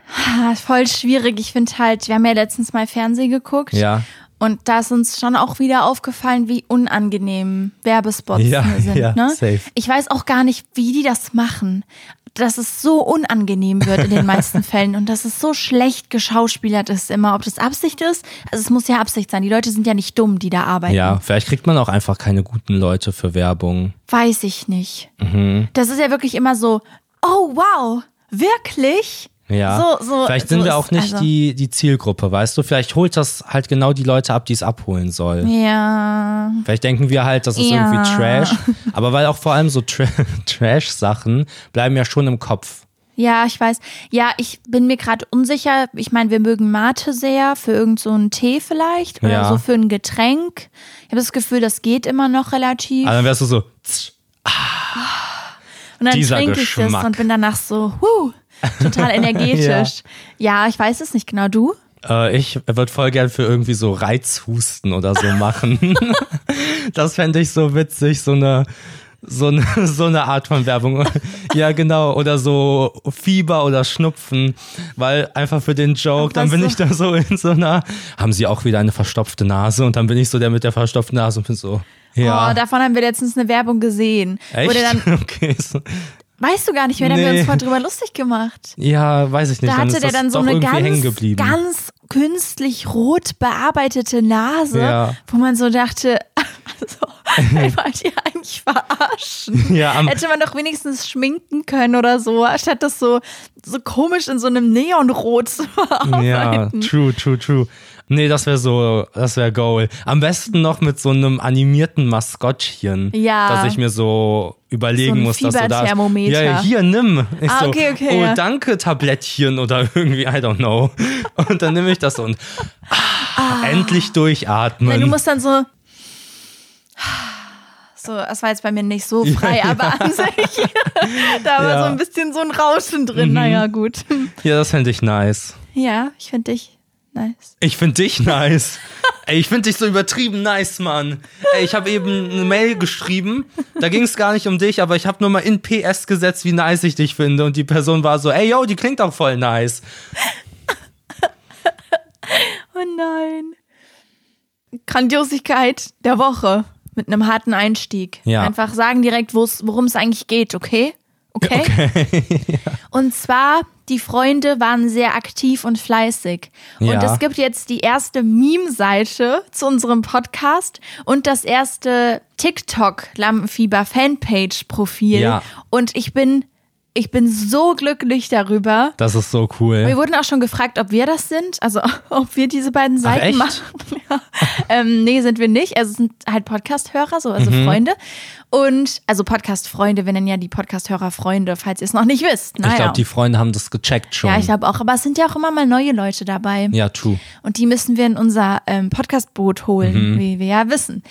[SPEAKER 2] Ah, Voll schwierig. Ich finde halt, wir haben ja letztens mal Fernsehen geguckt.
[SPEAKER 1] Ja.
[SPEAKER 2] Und da ist uns schon auch wieder aufgefallen, wie unangenehm Werbespots
[SPEAKER 1] Ja,
[SPEAKER 2] sind.
[SPEAKER 1] ja,
[SPEAKER 2] ne?
[SPEAKER 1] safe.
[SPEAKER 2] Ich weiß auch gar nicht, wie die das machen, dass es so unangenehm wird in den meisten Fällen und dass es so schlecht geschauspielert ist immer, ob das Absicht ist. Also es muss ja Absicht sein. Die Leute sind ja nicht dumm, die da arbeiten.
[SPEAKER 1] Ja, vielleicht kriegt man auch einfach keine guten Leute für Werbung.
[SPEAKER 2] Weiß ich nicht.
[SPEAKER 1] Mhm.
[SPEAKER 2] Das ist ja wirklich immer so, oh wow, wirklich?
[SPEAKER 1] Ja,
[SPEAKER 2] So, so,
[SPEAKER 1] vielleicht
[SPEAKER 2] so
[SPEAKER 1] sind wir
[SPEAKER 2] ist-
[SPEAKER 1] auch nicht
[SPEAKER 2] also-
[SPEAKER 1] die, die Zielgruppe, weißt du? Vielleicht holt das halt genau die Leute ab, die es abholen soll.
[SPEAKER 2] Ja.
[SPEAKER 1] Vielleicht denken wir halt, das ist
[SPEAKER 2] Ja.
[SPEAKER 1] irgendwie Trash. Aber weil auch vor allem so Tra Trash-Sachen bleiben ja schon im Kopf.
[SPEAKER 2] Ja, ich weiß. Ja, ich bin mir gerade unsicher. Ich meine, wir mögen Mate sehr für irgend so einen Tee vielleicht oder
[SPEAKER 1] Ja.
[SPEAKER 2] so für ein Getränk.
[SPEAKER 1] Ah, Also
[SPEAKER 2] Ich habe das Gefühl, das geht immer noch relativ.
[SPEAKER 1] Aber dann wärst du so, tsch,
[SPEAKER 2] Und dann
[SPEAKER 1] Dieser
[SPEAKER 2] trinke ich das
[SPEAKER 1] Geschmack.
[SPEAKER 2] und bin danach so, huh, total energetisch. ja. ich weiß es nicht genau. Du?
[SPEAKER 1] Äh, ich würde voll gern für irgendwie so Reizhusten oder so machen. das fände ich so witzig, so eine, so eine, so eine Art von Werbung. ja, genau. Oder so Fieber oder Schnupfen, weil einfach für den Joke, dann
[SPEAKER 2] Weißt
[SPEAKER 1] bin
[SPEAKER 2] du-
[SPEAKER 1] ich da so in so einer, haben sie auch wieder eine verstopfte Nase und dann bin ich so der mit der verstopften Nase und bin so, ja.
[SPEAKER 2] Oh, davon haben wir letztens eine Werbung gesehen. Wo
[SPEAKER 1] Echt?
[SPEAKER 2] der dann,
[SPEAKER 1] okay. So,
[SPEAKER 2] weißt du gar nicht mehr, da haben
[SPEAKER 1] Nee.
[SPEAKER 2] wir uns voll drüber lustig gemacht.
[SPEAKER 1] ja, weiß ich nicht.
[SPEAKER 2] Da
[SPEAKER 1] dann
[SPEAKER 2] hatte
[SPEAKER 1] ist
[SPEAKER 2] der
[SPEAKER 1] das
[SPEAKER 2] dann so
[SPEAKER 1] doch
[SPEAKER 2] eine
[SPEAKER 1] irgendwie hängen geblieben.
[SPEAKER 2] ganz, ganz künstlich rot bearbeitete Nase,
[SPEAKER 1] Ja.
[SPEAKER 2] wo man so dachte, also, ey, wollt ihr eigentlich verarschen?
[SPEAKER 1] Ja, am-
[SPEAKER 2] Hätte man doch wenigstens schminken können oder so, anstatt das so, so komisch in so einem Neonrot zu
[SPEAKER 1] Ja,
[SPEAKER 2] bearbeiten.
[SPEAKER 1] true, true, true. Nee, das wäre so, das wäre Goal. Am besten noch mit so einem animierten Maskottchen.
[SPEAKER 2] Ja.
[SPEAKER 1] Dass ich mir so überlegen
[SPEAKER 2] So ein
[SPEAKER 1] muss, dass du da.
[SPEAKER 2] Fieberthermometer.
[SPEAKER 1] Ja, hier, nimm. Ich
[SPEAKER 2] Ah,
[SPEAKER 1] so,
[SPEAKER 2] okay, okay,
[SPEAKER 1] Oh,
[SPEAKER 2] ja.
[SPEAKER 1] danke, Tablettchen oder irgendwie, I don't know. Und dann nehme ich das und ah, endlich durchatmen.
[SPEAKER 2] Nein, du musst dann so. So, das war jetzt bei mir nicht so frei,
[SPEAKER 1] ja.
[SPEAKER 2] aber an sich. da war
[SPEAKER 1] Ja. Mhm.
[SPEAKER 2] so ein bisschen so ein Rauschen drin. Naja, gut.
[SPEAKER 1] ja, das fände ich nice.
[SPEAKER 2] Ja, ich finde dich nice.
[SPEAKER 1] Ich finde dich nice. Ey, ich finde dich so übertrieben nice, Mann. Ey, ich habe eben eine Mail geschrieben. Da ging es gar nicht um dich, aber ich habe nur mal in PS gesetzt, wie nice ich dich finde. Und die Person war so, ey, yo, die klingt auch voll nice.
[SPEAKER 2] Oh nein. Grandiosigkeit der Woche mit einem harten Einstieg.
[SPEAKER 1] Ja.
[SPEAKER 2] Einfach sagen direkt, wo's- worum es eigentlich geht, okay? Okay. Und zwar, die Freunde waren sehr aktiv und fleißig. Und
[SPEAKER 1] Ja.
[SPEAKER 2] es gibt jetzt die erste Meme-Seite zu unserem Podcast und das erste TikTok-Lampenfieber-Fanpage-Profil.
[SPEAKER 1] Ja.
[SPEAKER 2] Und ich bin, ich bin so glücklich darüber.
[SPEAKER 1] Das ist so
[SPEAKER 2] Wir
[SPEAKER 1] cool.
[SPEAKER 2] wurden auch schon gefragt, ob wir das sind, also ob wir diese beiden Seiten
[SPEAKER 1] echt?
[SPEAKER 2] machen. Ja. Ähm, nee, sind wir nicht. Also es sind halt Podcast-Hörer, so, also
[SPEAKER 1] Mhm.
[SPEAKER 2] Freunde. Und also Podcast-Freunde, wir nennen ja die Podcast-Hörer Freunde, falls ihr es noch nicht wisst. Naja.
[SPEAKER 1] Ich glaube, die Freunde haben das gecheckt schon.
[SPEAKER 2] ja, ich glaube auch, aber es sind ja auch immer mal neue Leute dabei.
[SPEAKER 1] ja, true.
[SPEAKER 2] Und die müssen wir in unser ähm, Podcast-Boot holen,
[SPEAKER 1] Mhm.
[SPEAKER 2] wie wir ja wissen.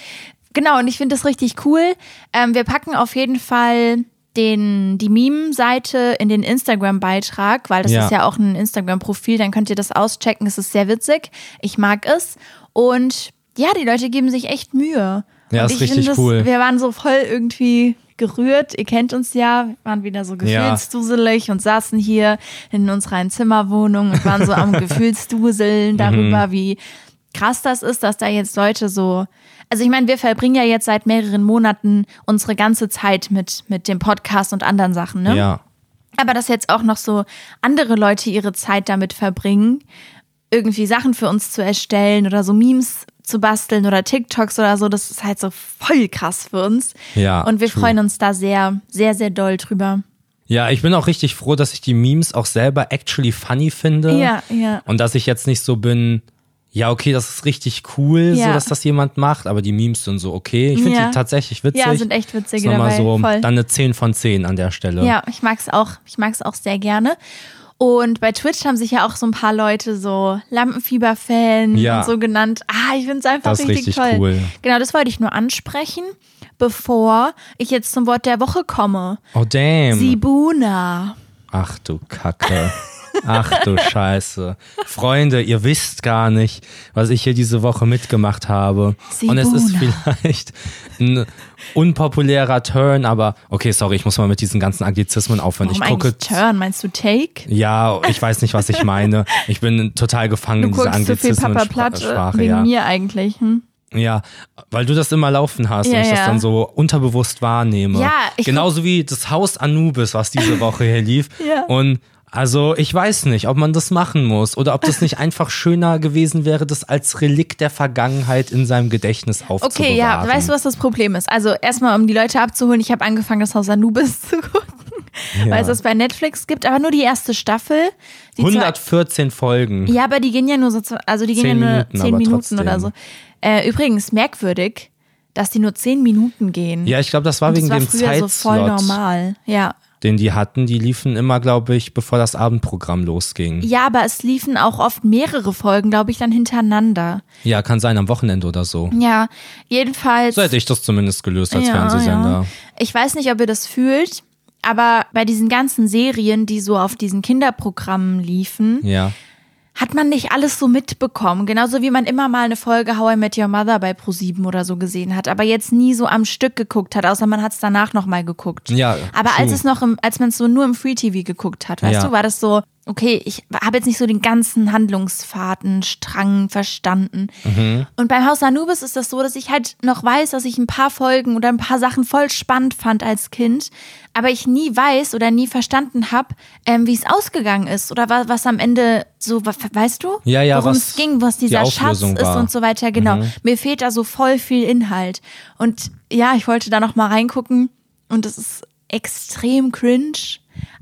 [SPEAKER 2] Genau, und ich finde das richtig cool. Ähm, wir packen auf jeden Fall den, die Meme-Seite in den Instagram-Beitrag, weil das
[SPEAKER 1] Ja.
[SPEAKER 2] ist ja auch ein Instagram-Profil, dann könnt ihr das auschecken. Es ist sehr witzig. Ich mag es. Und ja, die Leute geben sich echt Mühe.
[SPEAKER 1] Ja,
[SPEAKER 2] und
[SPEAKER 1] ist
[SPEAKER 2] ich
[SPEAKER 1] richtig
[SPEAKER 2] finde das-
[SPEAKER 1] cool.
[SPEAKER 2] Wir waren so voll irgendwie gerührt. Ihr kennt uns ja. Wir waren wieder so
[SPEAKER 1] Ja.
[SPEAKER 2] gefühlt gefühlsduselig und saßen hier in unserer Einzimmerwohnung und waren so am Gefühlsduseln
[SPEAKER 1] Mhm.
[SPEAKER 2] darüber, wie krass das ist, dass da jetzt Leute so. Also ich meine, wir verbringen ja jetzt seit mehreren Monaten unsere ganze Zeit mit, mit dem Podcast und anderen Sachen, ne?
[SPEAKER 1] Ja.
[SPEAKER 2] Aber dass jetzt auch noch so andere Leute ihre Zeit damit verbringen, irgendwie Sachen für uns zu erstellen oder so Memes zu basteln oder TikToks oder so, das ist halt so voll krass für uns.
[SPEAKER 1] Ja,
[SPEAKER 2] Und wir
[SPEAKER 1] true.
[SPEAKER 2] freuen uns da sehr, sehr, sehr doll drüber.
[SPEAKER 1] Ja, ich bin auch richtig froh, dass ich die Memes auch selber actually funny finde.
[SPEAKER 2] Ja, ja.
[SPEAKER 1] Und dass ich jetzt nicht so bin, ja, okay, das ist richtig cool, so
[SPEAKER 2] Ja.
[SPEAKER 1] dass das jemand macht, aber die Memes sind so okay. Ich finde
[SPEAKER 2] Ja.
[SPEAKER 1] die tatsächlich witzig.
[SPEAKER 2] Ja, sind echt witzige
[SPEAKER 1] Ist nochmal
[SPEAKER 2] dabei,
[SPEAKER 1] so
[SPEAKER 2] voll.
[SPEAKER 1] dann eine 10 von 10 an der Stelle.
[SPEAKER 2] Ja, ich mag's auch. Ich mag's auch sehr gerne. Und bei Twitch haben sich ja auch so ein paar Leute so Lampenfieber-Fan
[SPEAKER 1] Ja.
[SPEAKER 2] und so genannt. Ah, ich find's einfach
[SPEAKER 1] Das ist
[SPEAKER 2] richtig,
[SPEAKER 1] richtig
[SPEAKER 2] toll.
[SPEAKER 1] cool.
[SPEAKER 2] Genau, das wollte ich nur ansprechen, bevor ich jetzt zum Wort der Woche komme.
[SPEAKER 1] Oh damn.
[SPEAKER 2] Sibuna.
[SPEAKER 1] Ach du Kacke. Ach du Scheiße. Freunde, ihr wisst gar nicht, was ich hier diese Woche mitgemacht habe. Und es ist
[SPEAKER 2] Sibuna.
[SPEAKER 1] vielleicht ein unpopulärer Turn, aber okay, sorry, ich muss mal mit diesen ganzen Anglizismen aufhören.
[SPEAKER 2] Warum
[SPEAKER 1] ich gucke
[SPEAKER 2] eigentlich Oh Um Turn? Meinst du Take?
[SPEAKER 1] Ja, ich weiß nicht, was ich meine. Ich bin total gefangen
[SPEAKER 2] Du
[SPEAKER 1] in dieser
[SPEAKER 2] guckst zu viel
[SPEAKER 1] Anglizismen
[SPEAKER 2] Papa
[SPEAKER 1] Spra-
[SPEAKER 2] Platt äh,
[SPEAKER 1] Sprache,
[SPEAKER 2] wegen
[SPEAKER 1] ja.
[SPEAKER 2] mir eigentlich. Hm?
[SPEAKER 1] Ja, weil du das immer laufen hast
[SPEAKER 2] Ja,
[SPEAKER 1] und ich das
[SPEAKER 2] ja.
[SPEAKER 1] dann so unterbewusst wahrnehme.
[SPEAKER 2] Ja, ich
[SPEAKER 1] Genauso wie das Haus Anubis, was diese Woche hier lief.
[SPEAKER 2] Ja.
[SPEAKER 1] Und also ich weiß nicht, ob man das machen muss oder ob das nicht einfach schöner gewesen wäre, das als Relikt der Vergangenheit in seinem Gedächtnis aufzubewahren.
[SPEAKER 2] Okay, ja, weißt du, was das Problem ist? Also erstmal, um die Leute abzuholen, ich habe angefangen, das Haus Anubis zu gucken, weil es das bei Netflix gibt, aber nur die erste Staffel. Die zwei-
[SPEAKER 1] 114 Folgen.
[SPEAKER 2] Ja, aber die gehen ja nur so, zu- also die gehen ja
[SPEAKER 1] Zehn
[SPEAKER 2] nur
[SPEAKER 1] Minuten,
[SPEAKER 2] zehn
[SPEAKER 1] aber
[SPEAKER 2] Minuten
[SPEAKER 1] trotzdem.
[SPEAKER 2] oder so. Äh, übrigens, merkwürdig, dass die nur zehn Minuten gehen.
[SPEAKER 1] Ja, ich glaube, das war
[SPEAKER 2] Und
[SPEAKER 1] wegen
[SPEAKER 2] das war
[SPEAKER 1] dem
[SPEAKER 2] früher so
[SPEAKER 1] Zeitslot,
[SPEAKER 2] voll normal. Ja.
[SPEAKER 1] den die hatten. Die liefen immer, glaube ich, bevor das Abendprogramm losging.
[SPEAKER 2] Ja, aber es liefen auch oft mehrere Folgen, glaube ich, dann hintereinander.
[SPEAKER 1] Ja, kann sein, am Wochenende oder so.
[SPEAKER 2] Ja, jedenfalls.
[SPEAKER 1] So hätte ich das zumindest gelöst als Fernsehsender.
[SPEAKER 2] Ich weiß nicht, ob ihr das fühlt, Aber bei diesen ganzen Serien, die so auf diesen Kinderprogrammen liefen,
[SPEAKER 1] Ja.
[SPEAKER 2] hat man nicht alles so mitbekommen. Genauso wie man immer mal eine Folge How I Met Your Mother bei Pro7 oder so gesehen hat, aber jetzt nie so am Stück geguckt hat, außer man hat es danach nochmal geguckt.
[SPEAKER 1] Ja,
[SPEAKER 2] Aber als
[SPEAKER 1] true.
[SPEAKER 2] es noch im, als man es so nur im Free TV geguckt hat, weißt
[SPEAKER 1] Ja.
[SPEAKER 2] du, war das so, okay, ich habe jetzt nicht so den ganzen Handlungsfaden, Strang verstanden.
[SPEAKER 1] Mhm.
[SPEAKER 2] Und beim Haus Anubis ist das so, dass ich halt noch weiß, dass ich ein paar Folgen oder ein paar Sachen voll spannend fand als Kind, aber ich nie weiß oder nie verstanden habe, ähm, wie es ausgegangen ist oder was, was am Ende so, wa- weißt du?
[SPEAKER 1] Ja, ja,
[SPEAKER 2] Worum
[SPEAKER 1] was
[SPEAKER 2] es ging, was
[SPEAKER 1] die
[SPEAKER 2] dieser Schatz
[SPEAKER 1] Auflösung
[SPEAKER 2] ist
[SPEAKER 1] war.
[SPEAKER 2] und so weiter, genau.
[SPEAKER 1] Mhm.
[SPEAKER 2] Mir fehlt da so voll viel Inhalt. Und ja, ich wollte da noch mal reingucken und es ist extrem cringe.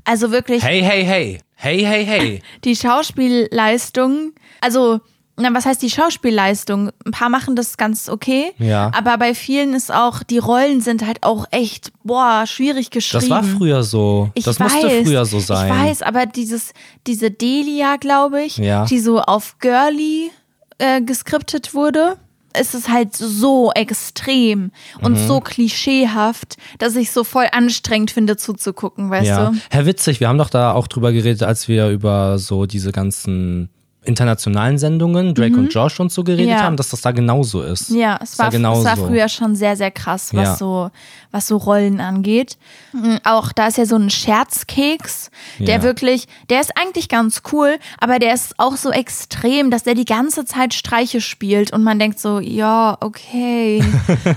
[SPEAKER 2] Also wirklich
[SPEAKER 1] Hey, hey, hey. Hey, hey, hey.
[SPEAKER 2] die Schauspielleistung, also na, was heißt die Schauspielleistung? Ein paar machen das ganz okay,
[SPEAKER 1] Ja.
[SPEAKER 2] aber bei vielen ist auch, die Rollen sind halt auch echt, boah, schwierig geschrieben.
[SPEAKER 1] Das war früher so.
[SPEAKER 2] Ich
[SPEAKER 1] das
[SPEAKER 2] weiß,
[SPEAKER 1] musste früher so sein.
[SPEAKER 2] Ich weiß, aber dieses, diese Delia, glaube ich,
[SPEAKER 1] Ja.
[SPEAKER 2] die so auf Girly äh, geskriptet wurde, ist es halt so extrem und
[SPEAKER 1] Mhm.
[SPEAKER 2] so klischeehaft, dass ich so voll anstrengend finde zuzugucken, weißt
[SPEAKER 1] Ja.
[SPEAKER 2] du?
[SPEAKER 1] Herr Witzig, wir haben doch da auch drüber geredet, als wir über so diese ganzen internationalen Sendungen, Drake und Josh und so geredet
[SPEAKER 2] Mhm. Ja.
[SPEAKER 1] haben, dass das da genauso ist.
[SPEAKER 2] Ja, es
[SPEAKER 1] Ist
[SPEAKER 2] war,
[SPEAKER 1] da genauso.
[SPEAKER 2] es war früher schon sehr, sehr krass, was,
[SPEAKER 1] Ja.
[SPEAKER 2] so, was so Rollen angeht. Mhm, Auch da ist ja so ein Scherzkeks, der
[SPEAKER 1] Ja.
[SPEAKER 2] wirklich, der ist eigentlich ganz cool, aber der ist auch so extrem, dass der die ganze Zeit Streiche spielt und man denkt so, ja, okay.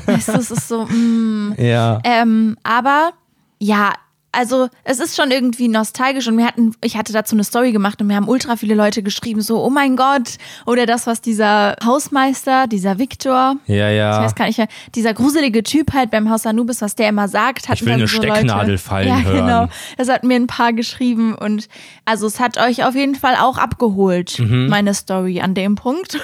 [SPEAKER 2] weißt du, es ist so, mm.
[SPEAKER 1] Ja.
[SPEAKER 2] Ähm, aber ja, also es ist schon irgendwie nostalgisch und wir hatten, ich hatte dazu eine Story gemacht und mir haben ultra viele Leute geschrieben, so, oh mein Gott, oder das, was dieser Hausmeister, dieser Viktor,
[SPEAKER 1] ja,
[SPEAKER 2] ich
[SPEAKER 1] ja.
[SPEAKER 2] weiß gar nicht, mehr. dieser gruselige Typ halt beim Haus Anubis, was der immer sagt, hat
[SPEAKER 1] Ich will eine
[SPEAKER 2] so
[SPEAKER 1] Stecknadel
[SPEAKER 2] Leute.
[SPEAKER 1] fallen
[SPEAKER 2] ja,
[SPEAKER 1] hören.
[SPEAKER 2] Genau. Das hat mir ein paar geschrieben und also es hat euch auf jeden Fall auch abgeholt,
[SPEAKER 1] Mhm.
[SPEAKER 2] meine Story an dem Punkt.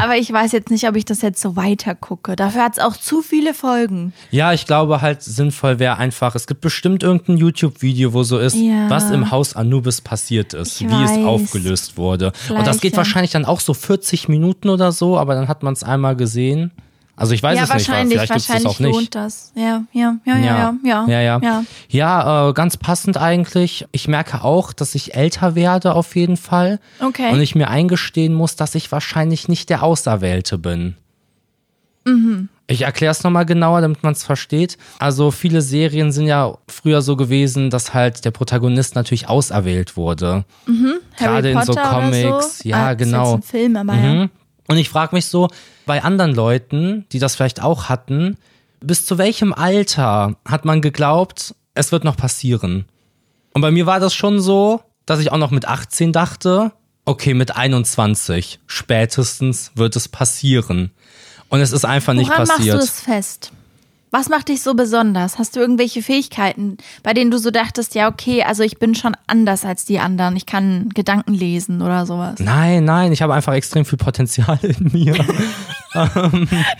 [SPEAKER 2] Aber ich weiß jetzt nicht, ob ich das jetzt so weiter gucke. Dafür hat es auch zu viele Folgen.
[SPEAKER 1] Ja, ich glaube halt sinnvoll wäre einfach, es gibt bestimmt irgendein YouTube-Video, wo so ist,
[SPEAKER 2] Ja.
[SPEAKER 1] was im Haus Anubis passiert ist,
[SPEAKER 2] Ich
[SPEAKER 1] wie es
[SPEAKER 2] weiß.
[SPEAKER 1] aufgelöst wurde. Und das geht
[SPEAKER 2] Gleiche.
[SPEAKER 1] wahrscheinlich dann auch so 40 Minuten oder so, aber dann hat man es einmal gesehen. Also ich weiß
[SPEAKER 2] ja,
[SPEAKER 1] es nicht, weil
[SPEAKER 2] wahrscheinlich,
[SPEAKER 1] vielleicht gibt es das
[SPEAKER 2] wahrscheinlich
[SPEAKER 1] auch nicht.
[SPEAKER 2] lohnt das. Ja, ja, ja, ja, ja,
[SPEAKER 1] ja, ja. ja. ja äh, ganz passend eigentlich. Ich merke auch, dass ich älter werde auf jeden Fall.
[SPEAKER 2] Okay.
[SPEAKER 1] Und ich mir eingestehen muss, dass ich wahrscheinlich nicht der Auserwählte bin.
[SPEAKER 2] Mhm.
[SPEAKER 1] Ich erkläre es nochmal genauer, damit man es versteht. Also viele Serien sind ja früher so gewesen, dass halt der Protagonist natürlich auserwählt wurde. Gerade
[SPEAKER 2] Mhm. Harry
[SPEAKER 1] in so
[SPEAKER 2] Potter oder
[SPEAKER 1] Comics.
[SPEAKER 2] so.
[SPEAKER 1] Ja,
[SPEAKER 2] ah, Das ist
[SPEAKER 1] genau.
[SPEAKER 2] jetzt ein Film, aber ja.
[SPEAKER 1] Mhm. Und ich frage mich so, bei anderen Leuten, die das vielleicht auch hatten, bis zu welchem Alter hat man geglaubt, es wird noch passieren? Und bei mir war das schon so, dass ich auch noch mit 18 dachte, okay, mit 21 spätestens wird es passieren. Und es ist einfach nicht
[SPEAKER 2] Woran machst
[SPEAKER 1] passiert.
[SPEAKER 2] du es fest? Was macht dich so besonders? Hast du irgendwelche Fähigkeiten, bei denen du so dachtest, ja, okay, also ich bin schon anders als die anderen, ich kann Gedanken lesen oder sowas?
[SPEAKER 1] Nein, nein, ich habe einfach extrem viel Potenzial in mir.
[SPEAKER 2] Du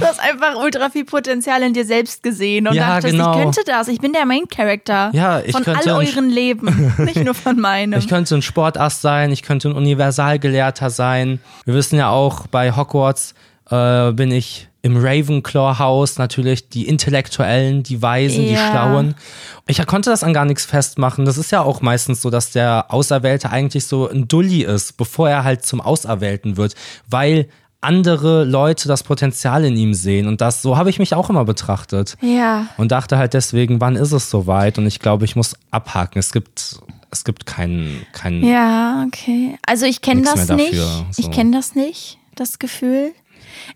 [SPEAKER 2] hast einfach ultra viel Potenzial in dir selbst gesehen und
[SPEAKER 1] Ja,
[SPEAKER 2] dachtest,
[SPEAKER 1] genau.
[SPEAKER 2] ich könnte das, ich bin der Main Character
[SPEAKER 1] Ja, ich
[SPEAKER 2] von all
[SPEAKER 1] könnte ein-
[SPEAKER 2] euren Leben, nicht nur von meinem.
[SPEAKER 1] Ich könnte ein Sportast sein, ich könnte ein Universalgelehrter sein. Wir wissen ja auch, bei Hogwarts äh, bin ich im Ravenclaw-Haus natürlich die Intellektuellen, die Weisen, die
[SPEAKER 2] Ja.
[SPEAKER 1] Schlauen. Ich konnte das an gar nichts festmachen. Das ist ja auch meistens so, dass der Auserwählte eigentlich so ein Dulli ist, bevor er halt zum Auserwählten wird, weil andere Leute das Potenzial in ihm sehen. Und das, so habe ich mich auch immer betrachtet.
[SPEAKER 2] ja,
[SPEAKER 1] Und dachte halt deswegen, wann ist es soweit? Und ich glaube, ich muss abhaken. Es gibt, es gibt keinen, keinen.
[SPEAKER 2] Ja, okay. Also ich kenne
[SPEAKER 1] Nix
[SPEAKER 2] das
[SPEAKER 1] mehr
[SPEAKER 2] nicht.
[SPEAKER 1] dafür, so.
[SPEAKER 2] Ich kenne das nicht, das Gefühl.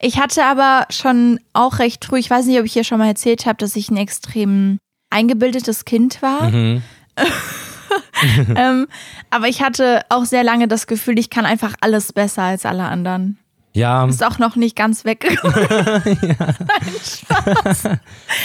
[SPEAKER 2] Ich hatte aber schon auch recht früh, ich weiß nicht, ob ich hier schon mal erzählt habe, dass ich ein extrem eingebildetes Kind war.
[SPEAKER 1] Mhm.
[SPEAKER 2] ähm, aber ich hatte auch sehr lange das Gefühl, ich kann einfach alles besser als alle anderen.
[SPEAKER 1] Ja,
[SPEAKER 2] Ist auch noch nicht ganz weggekommen.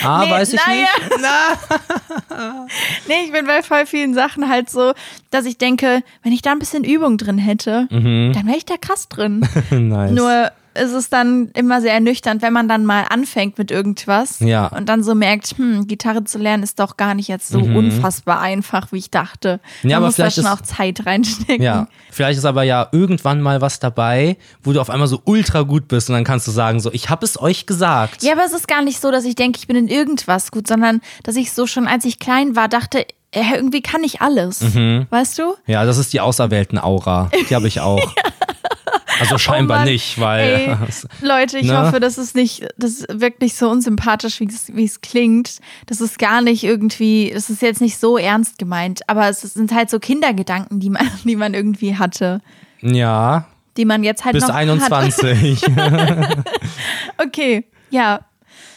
[SPEAKER 1] ah,
[SPEAKER 2] Nee,
[SPEAKER 1] weiß ich
[SPEAKER 2] naja.
[SPEAKER 1] nicht.
[SPEAKER 2] nee, ich bin bei voll vielen Sachen halt so, dass ich denke, wenn ich da ein bisschen Übung drin hätte,
[SPEAKER 1] Mhm.
[SPEAKER 2] dann wäre ich da krass drin.
[SPEAKER 1] nice.
[SPEAKER 2] Nur ist es dann immer sehr ernüchternd, wenn man dann mal anfängt mit irgendwas
[SPEAKER 1] Ja.
[SPEAKER 2] und dann so merkt, hm, Gitarre zu lernen ist doch gar nicht jetzt so unfassbar einfach, wie ich dachte. Man
[SPEAKER 1] Mhm. Ja, aber
[SPEAKER 2] muss da
[SPEAKER 1] vielleicht
[SPEAKER 2] schon
[SPEAKER 1] ist-
[SPEAKER 2] auch Zeit reinstecken.
[SPEAKER 1] ja, vielleicht ist aber ja irgendwann mal was dabei, wo du auf einmal so ultra gut bist und dann kannst du sagen so, ich habe es euch gesagt.
[SPEAKER 2] Ja, aber es ist gar nicht so, dass ich denke, ich bin in irgendwas gut, sondern dass ich so schon, als ich klein war, dachte, äh, irgendwie kann ich alles.
[SPEAKER 1] Mhm.
[SPEAKER 2] Weißt du?
[SPEAKER 1] Ja, das ist die auserwählten Aura. Die habe ich auch. Also scheinbar
[SPEAKER 2] Oh Mann,
[SPEAKER 1] nicht, weil
[SPEAKER 2] Ey, Leute, ich
[SPEAKER 1] Ne?
[SPEAKER 2] hoffe, das ist nicht, das ist wirklich so unsympathisch, wie es, wie es klingt. Das ist gar nicht irgendwie, es ist jetzt nicht so ernst gemeint, aber es sind halt so Kindergedanken, die man, die man irgendwie hatte,
[SPEAKER 1] ja,
[SPEAKER 2] die man jetzt halt
[SPEAKER 1] bis
[SPEAKER 2] noch hat.
[SPEAKER 1] 21.
[SPEAKER 2] Okay, ja.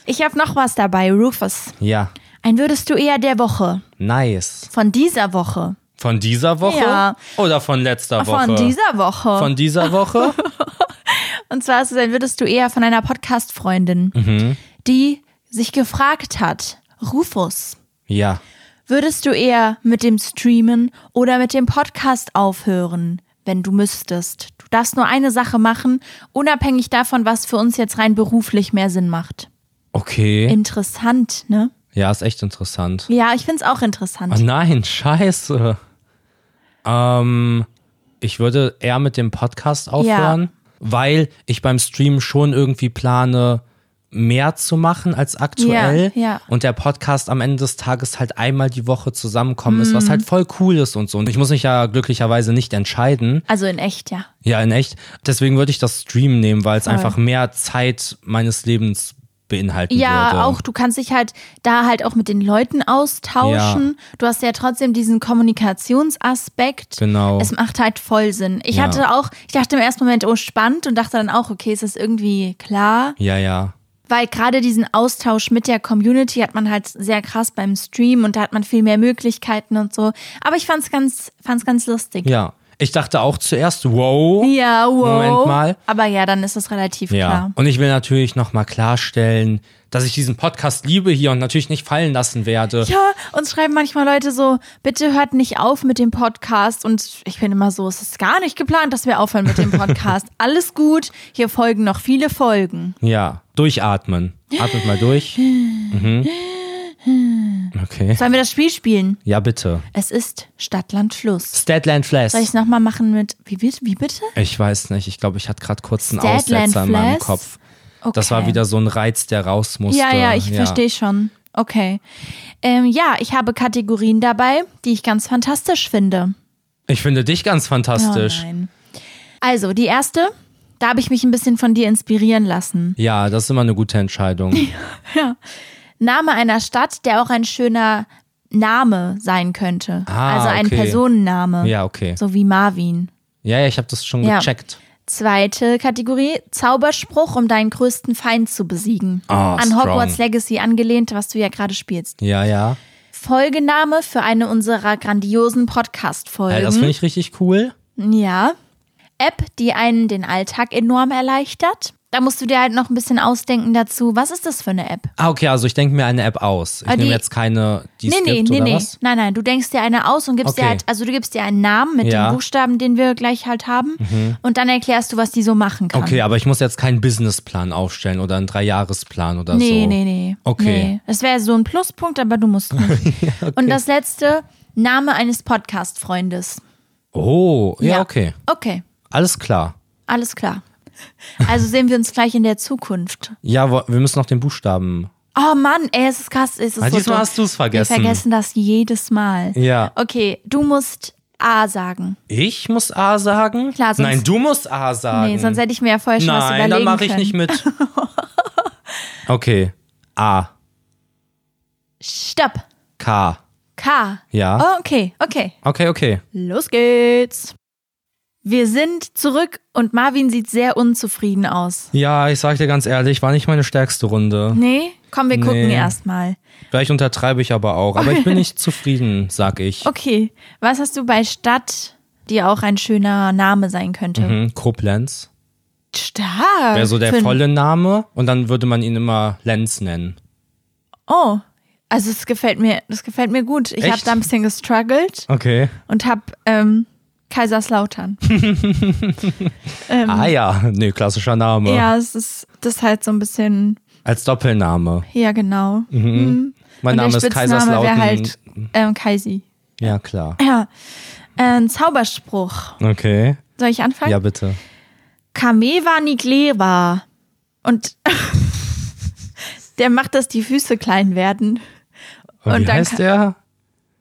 [SPEAKER 2] Ich habe noch was dabei, Rufus.
[SPEAKER 1] ja,
[SPEAKER 2] Ein würdest du eher der Woche,
[SPEAKER 1] nice.
[SPEAKER 2] von dieser Woche,
[SPEAKER 1] Von dieser Woche
[SPEAKER 2] Ja.
[SPEAKER 1] oder von letzter Woche?
[SPEAKER 2] von dieser Woche.
[SPEAKER 1] Von dieser Woche?
[SPEAKER 2] Und zwar ist es ein würdest du eher von einer Podcast-Freundin,
[SPEAKER 1] Mhm.
[SPEAKER 2] die sich gefragt hat, Rufus,
[SPEAKER 1] ja.
[SPEAKER 2] Würdest du eher mit dem Streamen oder mit dem Podcast aufhören, wenn du müsstest? Du darfst nur eine Sache machen, unabhängig davon, was für uns jetzt rein beruflich mehr Sinn macht.
[SPEAKER 1] Okay.
[SPEAKER 2] Interessant, ne?
[SPEAKER 1] Ja, ist echt interessant.
[SPEAKER 2] Ja, ich find's auch
[SPEAKER 1] Oh
[SPEAKER 2] interessant.
[SPEAKER 1] nein, scheiße. Ähm, ich würde eher mit dem Podcast aufhören, weil ich beim Stream schon irgendwie plane, mehr zu machen als aktuell.
[SPEAKER 2] Ja, ja.
[SPEAKER 1] Und der Podcast am Ende des Tages halt einmal die Woche zusammenkommen ist,
[SPEAKER 2] Mhm.
[SPEAKER 1] was halt voll cool ist und so. Und ich muss mich ja glücklicherweise nicht entscheiden.
[SPEAKER 2] Also in echt, ja.
[SPEAKER 1] Ja, in echt. Deswegen würde ich das Stream nehmen, weil es
[SPEAKER 2] Voll.
[SPEAKER 1] einfach mehr Zeit meines Lebens beinhalten
[SPEAKER 2] Ja,
[SPEAKER 1] würde.
[SPEAKER 2] auch du kannst dich halt da halt auch mit den Leuten austauschen. Du hast ja trotzdem diesen Kommunikationsaspekt.
[SPEAKER 1] Genau.
[SPEAKER 2] Es macht halt voll Sinn. Ich
[SPEAKER 1] Ja.
[SPEAKER 2] hatte auch, ich dachte im ersten Moment, oh, spannend und dachte dann auch, okay, ist das irgendwie klar?
[SPEAKER 1] Ja, ja.
[SPEAKER 2] Weil gerade diesen Austausch mit der Community hat man halt sehr krass beim Stream und da hat man viel mehr Möglichkeiten und so. Aber ich fand's ganz, fand's ganz lustig.
[SPEAKER 1] Ja. Ich dachte auch zuerst, wow.
[SPEAKER 2] Ja, wow.
[SPEAKER 1] Moment mal.
[SPEAKER 2] Aber ja, dann ist das relativ
[SPEAKER 1] Ja.
[SPEAKER 2] klar.
[SPEAKER 1] Und ich will natürlich nochmal klarstellen, dass ich diesen Podcast liebe hier und natürlich nicht fallen lassen werde.
[SPEAKER 2] Ja, uns schreiben manchmal Leute so, bitte hört nicht auf mit dem Podcast. Und ich bin immer so, es ist gar nicht geplant, dass wir aufhören mit dem Podcast. Alles gut, hier folgen noch viele Folgen.
[SPEAKER 1] Ja. Durchatmen. Atmet mal durch. Mhm. Okay.
[SPEAKER 2] Sollen wir das Spiel spielen?
[SPEAKER 1] Ja, bitte.
[SPEAKER 2] Es ist Stadtland Fluss.
[SPEAKER 1] Statland Flash.
[SPEAKER 2] Soll ich es nochmal machen mit, wie, bi- wie bitte?
[SPEAKER 1] Ich weiß nicht. Ich glaube, ich hatte gerade kurz einen
[SPEAKER 2] Statland
[SPEAKER 1] Aussetzer in meinem
[SPEAKER 2] Flash?
[SPEAKER 1] Kopf.
[SPEAKER 2] Okay.
[SPEAKER 1] Das war wieder so ein Reiz, der raus musste.
[SPEAKER 2] Ja, ja, ich verstehe schon. Okay. Ähm, ja, ich habe Kategorien dabei, die ich ganz fantastisch finde.
[SPEAKER 1] Ich finde dich ganz fantastisch.
[SPEAKER 2] Oh nein. Also, die erste, da habe ich mich ein bisschen von dir inspirieren lassen.
[SPEAKER 1] ja, das ist immer eine gute Entscheidung.
[SPEAKER 2] Name einer Stadt, der auch ein schöner Name sein könnte.
[SPEAKER 1] Ah,
[SPEAKER 2] also ein
[SPEAKER 1] okay.
[SPEAKER 2] Personenname.
[SPEAKER 1] Ja, okay.
[SPEAKER 2] So wie Marvin.
[SPEAKER 1] Ja, ja, ich habe das schon
[SPEAKER 2] Ja.
[SPEAKER 1] gecheckt.
[SPEAKER 2] Zweite Kategorie, Zauberspruch, um deinen größten Feind zu besiegen.
[SPEAKER 1] Ah,
[SPEAKER 2] An
[SPEAKER 1] strong.
[SPEAKER 2] Hogwarts Legacy angelehnt, was du ja gerade spielst.
[SPEAKER 1] Ja, ja.
[SPEAKER 2] Folgename für eine unserer grandiosen
[SPEAKER 1] ja Äh, das
[SPEAKER 2] Podcast-Folgen.
[SPEAKER 1] finde ich richtig cool.
[SPEAKER 2] ja. App, die einen den Alltag enorm erleichtert. Da musst du dir halt noch ein bisschen ausdenken dazu. Was ist das für eine App?
[SPEAKER 1] Ah, okay, also ich denke mir eine App aus. Ich
[SPEAKER 2] Ah, die-
[SPEAKER 1] nehme jetzt keine, die es
[SPEAKER 2] Nee, nee,
[SPEAKER 1] gibt
[SPEAKER 2] nee,
[SPEAKER 1] oder
[SPEAKER 2] nee.
[SPEAKER 1] was.
[SPEAKER 2] Nein, nein, du denkst dir eine aus und gibst dir
[SPEAKER 1] Okay.
[SPEAKER 2] halt, also du gibst dir einen Namen mit
[SPEAKER 1] Ja. Mhm.
[SPEAKER 2] den Buchstaben, den wir gleich halt haben. Und dann erklärst du, was die so machen kann.
[SPEAKER 1] Okay, aber ich muss jetzt keinen Businessplan aufstellen oder einen Dreijahresplan oder
[SPEAKER 2] Nee,
[SPEAKER 1] so.
[SPEAKER 2] nee, nee.
[SPEAKER 1] also Okay.
[SPEAKER 2] Nee. Das wäre so ein Pluspunkt, aber du musst nicht. Und das letzte, Name eines Podcast-Freundes.
[SPEAKER 1] Oh, ja, okay.
[SPEAKER 2] Okay,
[SPEAKER 1] Alles klar.
[SPEAKER 2] alles klar. Also sehen wir uns gleich in der Zukunft.
[SPEAKER 1] Ja, wo- wir müssen noch den Buchstaben.
[SPEAKER 2] Oh Mann, ey, es ist krass. Es ist
[SPEAKER 1] Ah,
[SPEAKER 2] so
[SPEAKER 1] diesmal
[SPEAKER 2] dumm.
[SPEAKER 1] hast du's vergessen.
[SPEAKER 2] Wir vergessen das jedes Mal.
[SPEAKER 1] Ja.
[SPEAKER 2] Okay, du musst A sagen.
[SPEAKER 1] Ich muss A sagen?
[SPEAKER 2] Klar, sonst-
[SPEAKER 1] Nein, du musst A sagen.
[SPEAKER 2] Nee, sonst hätte ich mir ja vorher schon was
[SPEAKER 1] Nein,
[SPEAKER 2] überlegen
[SPEAKER 1] dann mache
[SPEAKER 2] können.
[SPEAKER 1] ich nicht mit. Okay. A.
[SPEAKER 2] Stopp.
[SPEAKER 1] K.
[SPEAKER 2] K.
[SPEAKER 1] Ja.
[SPEAKER 2] Oh, okay, okay.
[SPEAKER 1] Okay, okay.
[SPEAKER 2] Los geht's. Wir sind zurück und Marvin sieht sehr unzufrieden aus.
[SPEAKER 1] Ja, ich sag dir ganz ehrlich, war nicht meine stärkste Runde.
[SPEAKER 2] Nee? Komm, wir
[SPEAKER 1] Nee.
[SPEAKER 2] gucken erstmal.
[SPEAKER 1] Vielleicht untertreibe ich aber auch. Aber ich bin nicht zufrieden, sag ich.
[SPEAKER 2] Okay, was hast du bei Stadt, die auch ein schöner Name sein könnte?
[SPEAKER 1] Mhm, Koblenz.
[SPEAKER 2] Stark.
[SPEAKER 1] Wäre so der
[SPEAKER 2] Für-
[SPEAKER 1] volle Name. Und dann würde man ihn immer Lenz nennen.
[SPEAKER 2] Oh, also es gefällt mir, das gefällt mir gut. Ich habe
[SPEAKER 1] Echt?
[SPEAKER 2] da ein bisschen gestruggelt
[SPEAKER 1] Okay.
[SPEAKER 2] und habe ähm, Kaiserslautern.
[SPEAKER 1] Ah ja, nee, klassischer Name.
[SPEAKER 2] Mhm. Ja, es ist das ist halt so ein bisschen,
[SPEAKER 1] Als Doppelname.
[SPEAKER 2] ja genau.
[SPEAKER 1] Mhm. Mein
[SPEAKER 2] und
[SPEAKER 1] Name
[SPEAKER 2] der
[SPEAKER 1] ist
[SPEAKER 2] Spitzname wäre
[SPEAKER 1] Kaiserslautern.
[SPEAKER 2] halt ähm, Kaisi.
[SPEAKER 1] Ja, klar.
[SPEAKER 2] Ja. Ein Zauberspruch.
[SPEAKER 1] Okay.
[SPEAKER 2] Soll ich anfangen?
[SPEAKER 1] Ja, bitte.
[SPEAKER 2] Kameva Nigleva. Und der macht, dass die Füße klein werden.
[SPEAKER 1] Und
[SPEAKER 2] Und
[SPEAKER 1] wie
[SPEAKER 2] dann
[SPEAKER 1] heißt
[SPEAKER 2] kann-
[SPEAKER 1] der?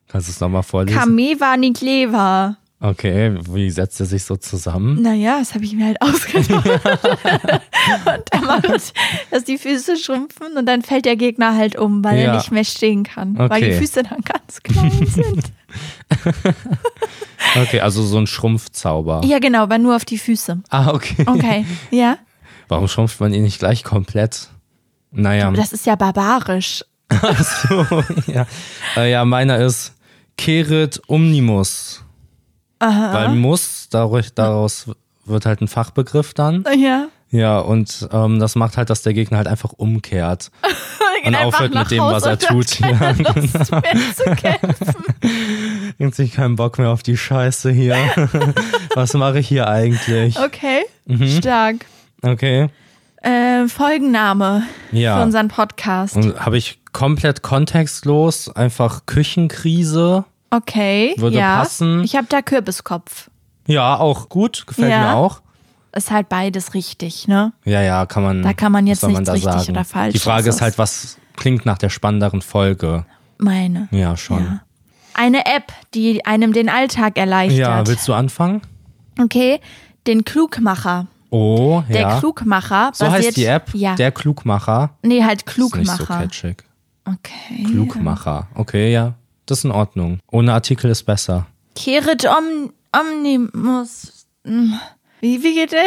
[SPEAKER 1] Kannst du es nochmal vorlesen?
[SPEAKER 2] Kameva Nikleva.
[SPEAKER 1] okay, wie setzt er sich so zusammen?
[SPEAKER 2] Naja, das habe ich mir halt ausgedacht. und er macht, dass die Füße schrumpfen und dann fällt der Gegner halt um, weil
[SPEAKER 1] Ja.
[SPEAKER 2] er nicht mehr stehen kann. Weil die
[SPEAKER 1] Okay.
[SPEAKER 2] Füße dann ganz klein sind.
[SPEAKER 1] Okay, also so ein Schrumpfzauber.
[SPEAKER 2] ja, genau, aber nur auf die Füße.
[SPEAKER 1] Ah, okay.
[SPEAKER 2] Okay, ja.
[SPEAKER 1] Warum schrumpft man ihn nicht gleich komplett? Naja,
[SPEAKER 2] Aber das ist ja barbarisch.
[SPEAKER 1] ja. Äh, ja, meiner ist Keret Omnimus. Aha. Weil muss, dadurch, daraus wird halt ein Fachbegriff dann.
[SPEAKER 2] Ja.
[SPEAKER 1] Ja, und ähm, das macht halt, dass der Gegner halt einfach umkehrt und aufhört mit dem, was er tut. Ja, genau. irgendwie keinen Bock mehr auf die Scheiße hier. was mache ich hier eigentlich?
[SPEAKER 2] Okay,
[SPEAKER 1] Mhm.
[SPEAKER 2] stark.
[SPEAKER 1] Okay.
[SPEAKER 2] Äh, Folgenname
[SPEAKER 1] Ja.
[SPEAKER 2] für unseren Podcast.
[SPEAKER 1] Und habe ich komplett kontextlos einfach Küchenkrise.
[SPEAKER 2] Okay,
[SPEAKER 1] Würde
[SPEAKER 2] ja.
[SPEAKER 1] passen.
[SPEAKER 2] Ich habe da Kürbiskopf.
[SPEAKER 1] Ja, auch gut, gefällt
[SPEAKER 2] Ja.
[SPEAKER 1] mir auch.
[SPEAKER 2] Ist halt beides richtig, ne?
[SPEAKER 1] Ja, ja, kann man.
[SPEAKER 2] Da kann man
[SPEAKER 1] was
[SPEAKER 2] jetzt
[SPEAKER 1] soll man
[SPEAKER 2] nichts
[SPEAKER 1] da
[SPEAKER 2] richtig
[SPEAKER 1] sagen?
[SPEAKER 2] oder falsch,
[SPEAKER 1] Die Frage
[SPEAKER 2] das
[SPEAKER 1] ist halt,
[SPEAKER 2] ist-
[SPEAKER 1] was klingt nach der spannenderen Folge?
[SPEAKER 2] Meine.
[SPEAKER 1] Ja, schon.
[SPEAKER 2] Ja. Eine App, die einem den Alltag erleichtert.
[SPEAKER 1] Ja, willst du anfangen?
[SPEAKER 2] okay, den Klugmacher.
[SPEAKER 1] Oh,
[SPEAKER 2] Der
[SPEAKER 1] ja.
[SPEAKER 2] Klugmacher
[SPEAKER 1] so
[SPEAKER 2] basiert,
[SPEAKER 1] heißt die App.
[SPEAKER 2] Ja.
[SPEAKER 1] Der Klugmacher.
[SPEAKER 2] nee, halt
[SPEAKER 1] Ist nicht so
[SPEAKER 2] Klugmacher.
[SPEAKER 1] catchig.
[SPEAKER 2] okay.
[SPEAKER 1] Klugmacher. Okay, ja. Das ist in Ordnung. Ohne Artikel ist besser.
[SPEAKER 2] Keret Om Omnimus. Hm. Wie, wie geht der?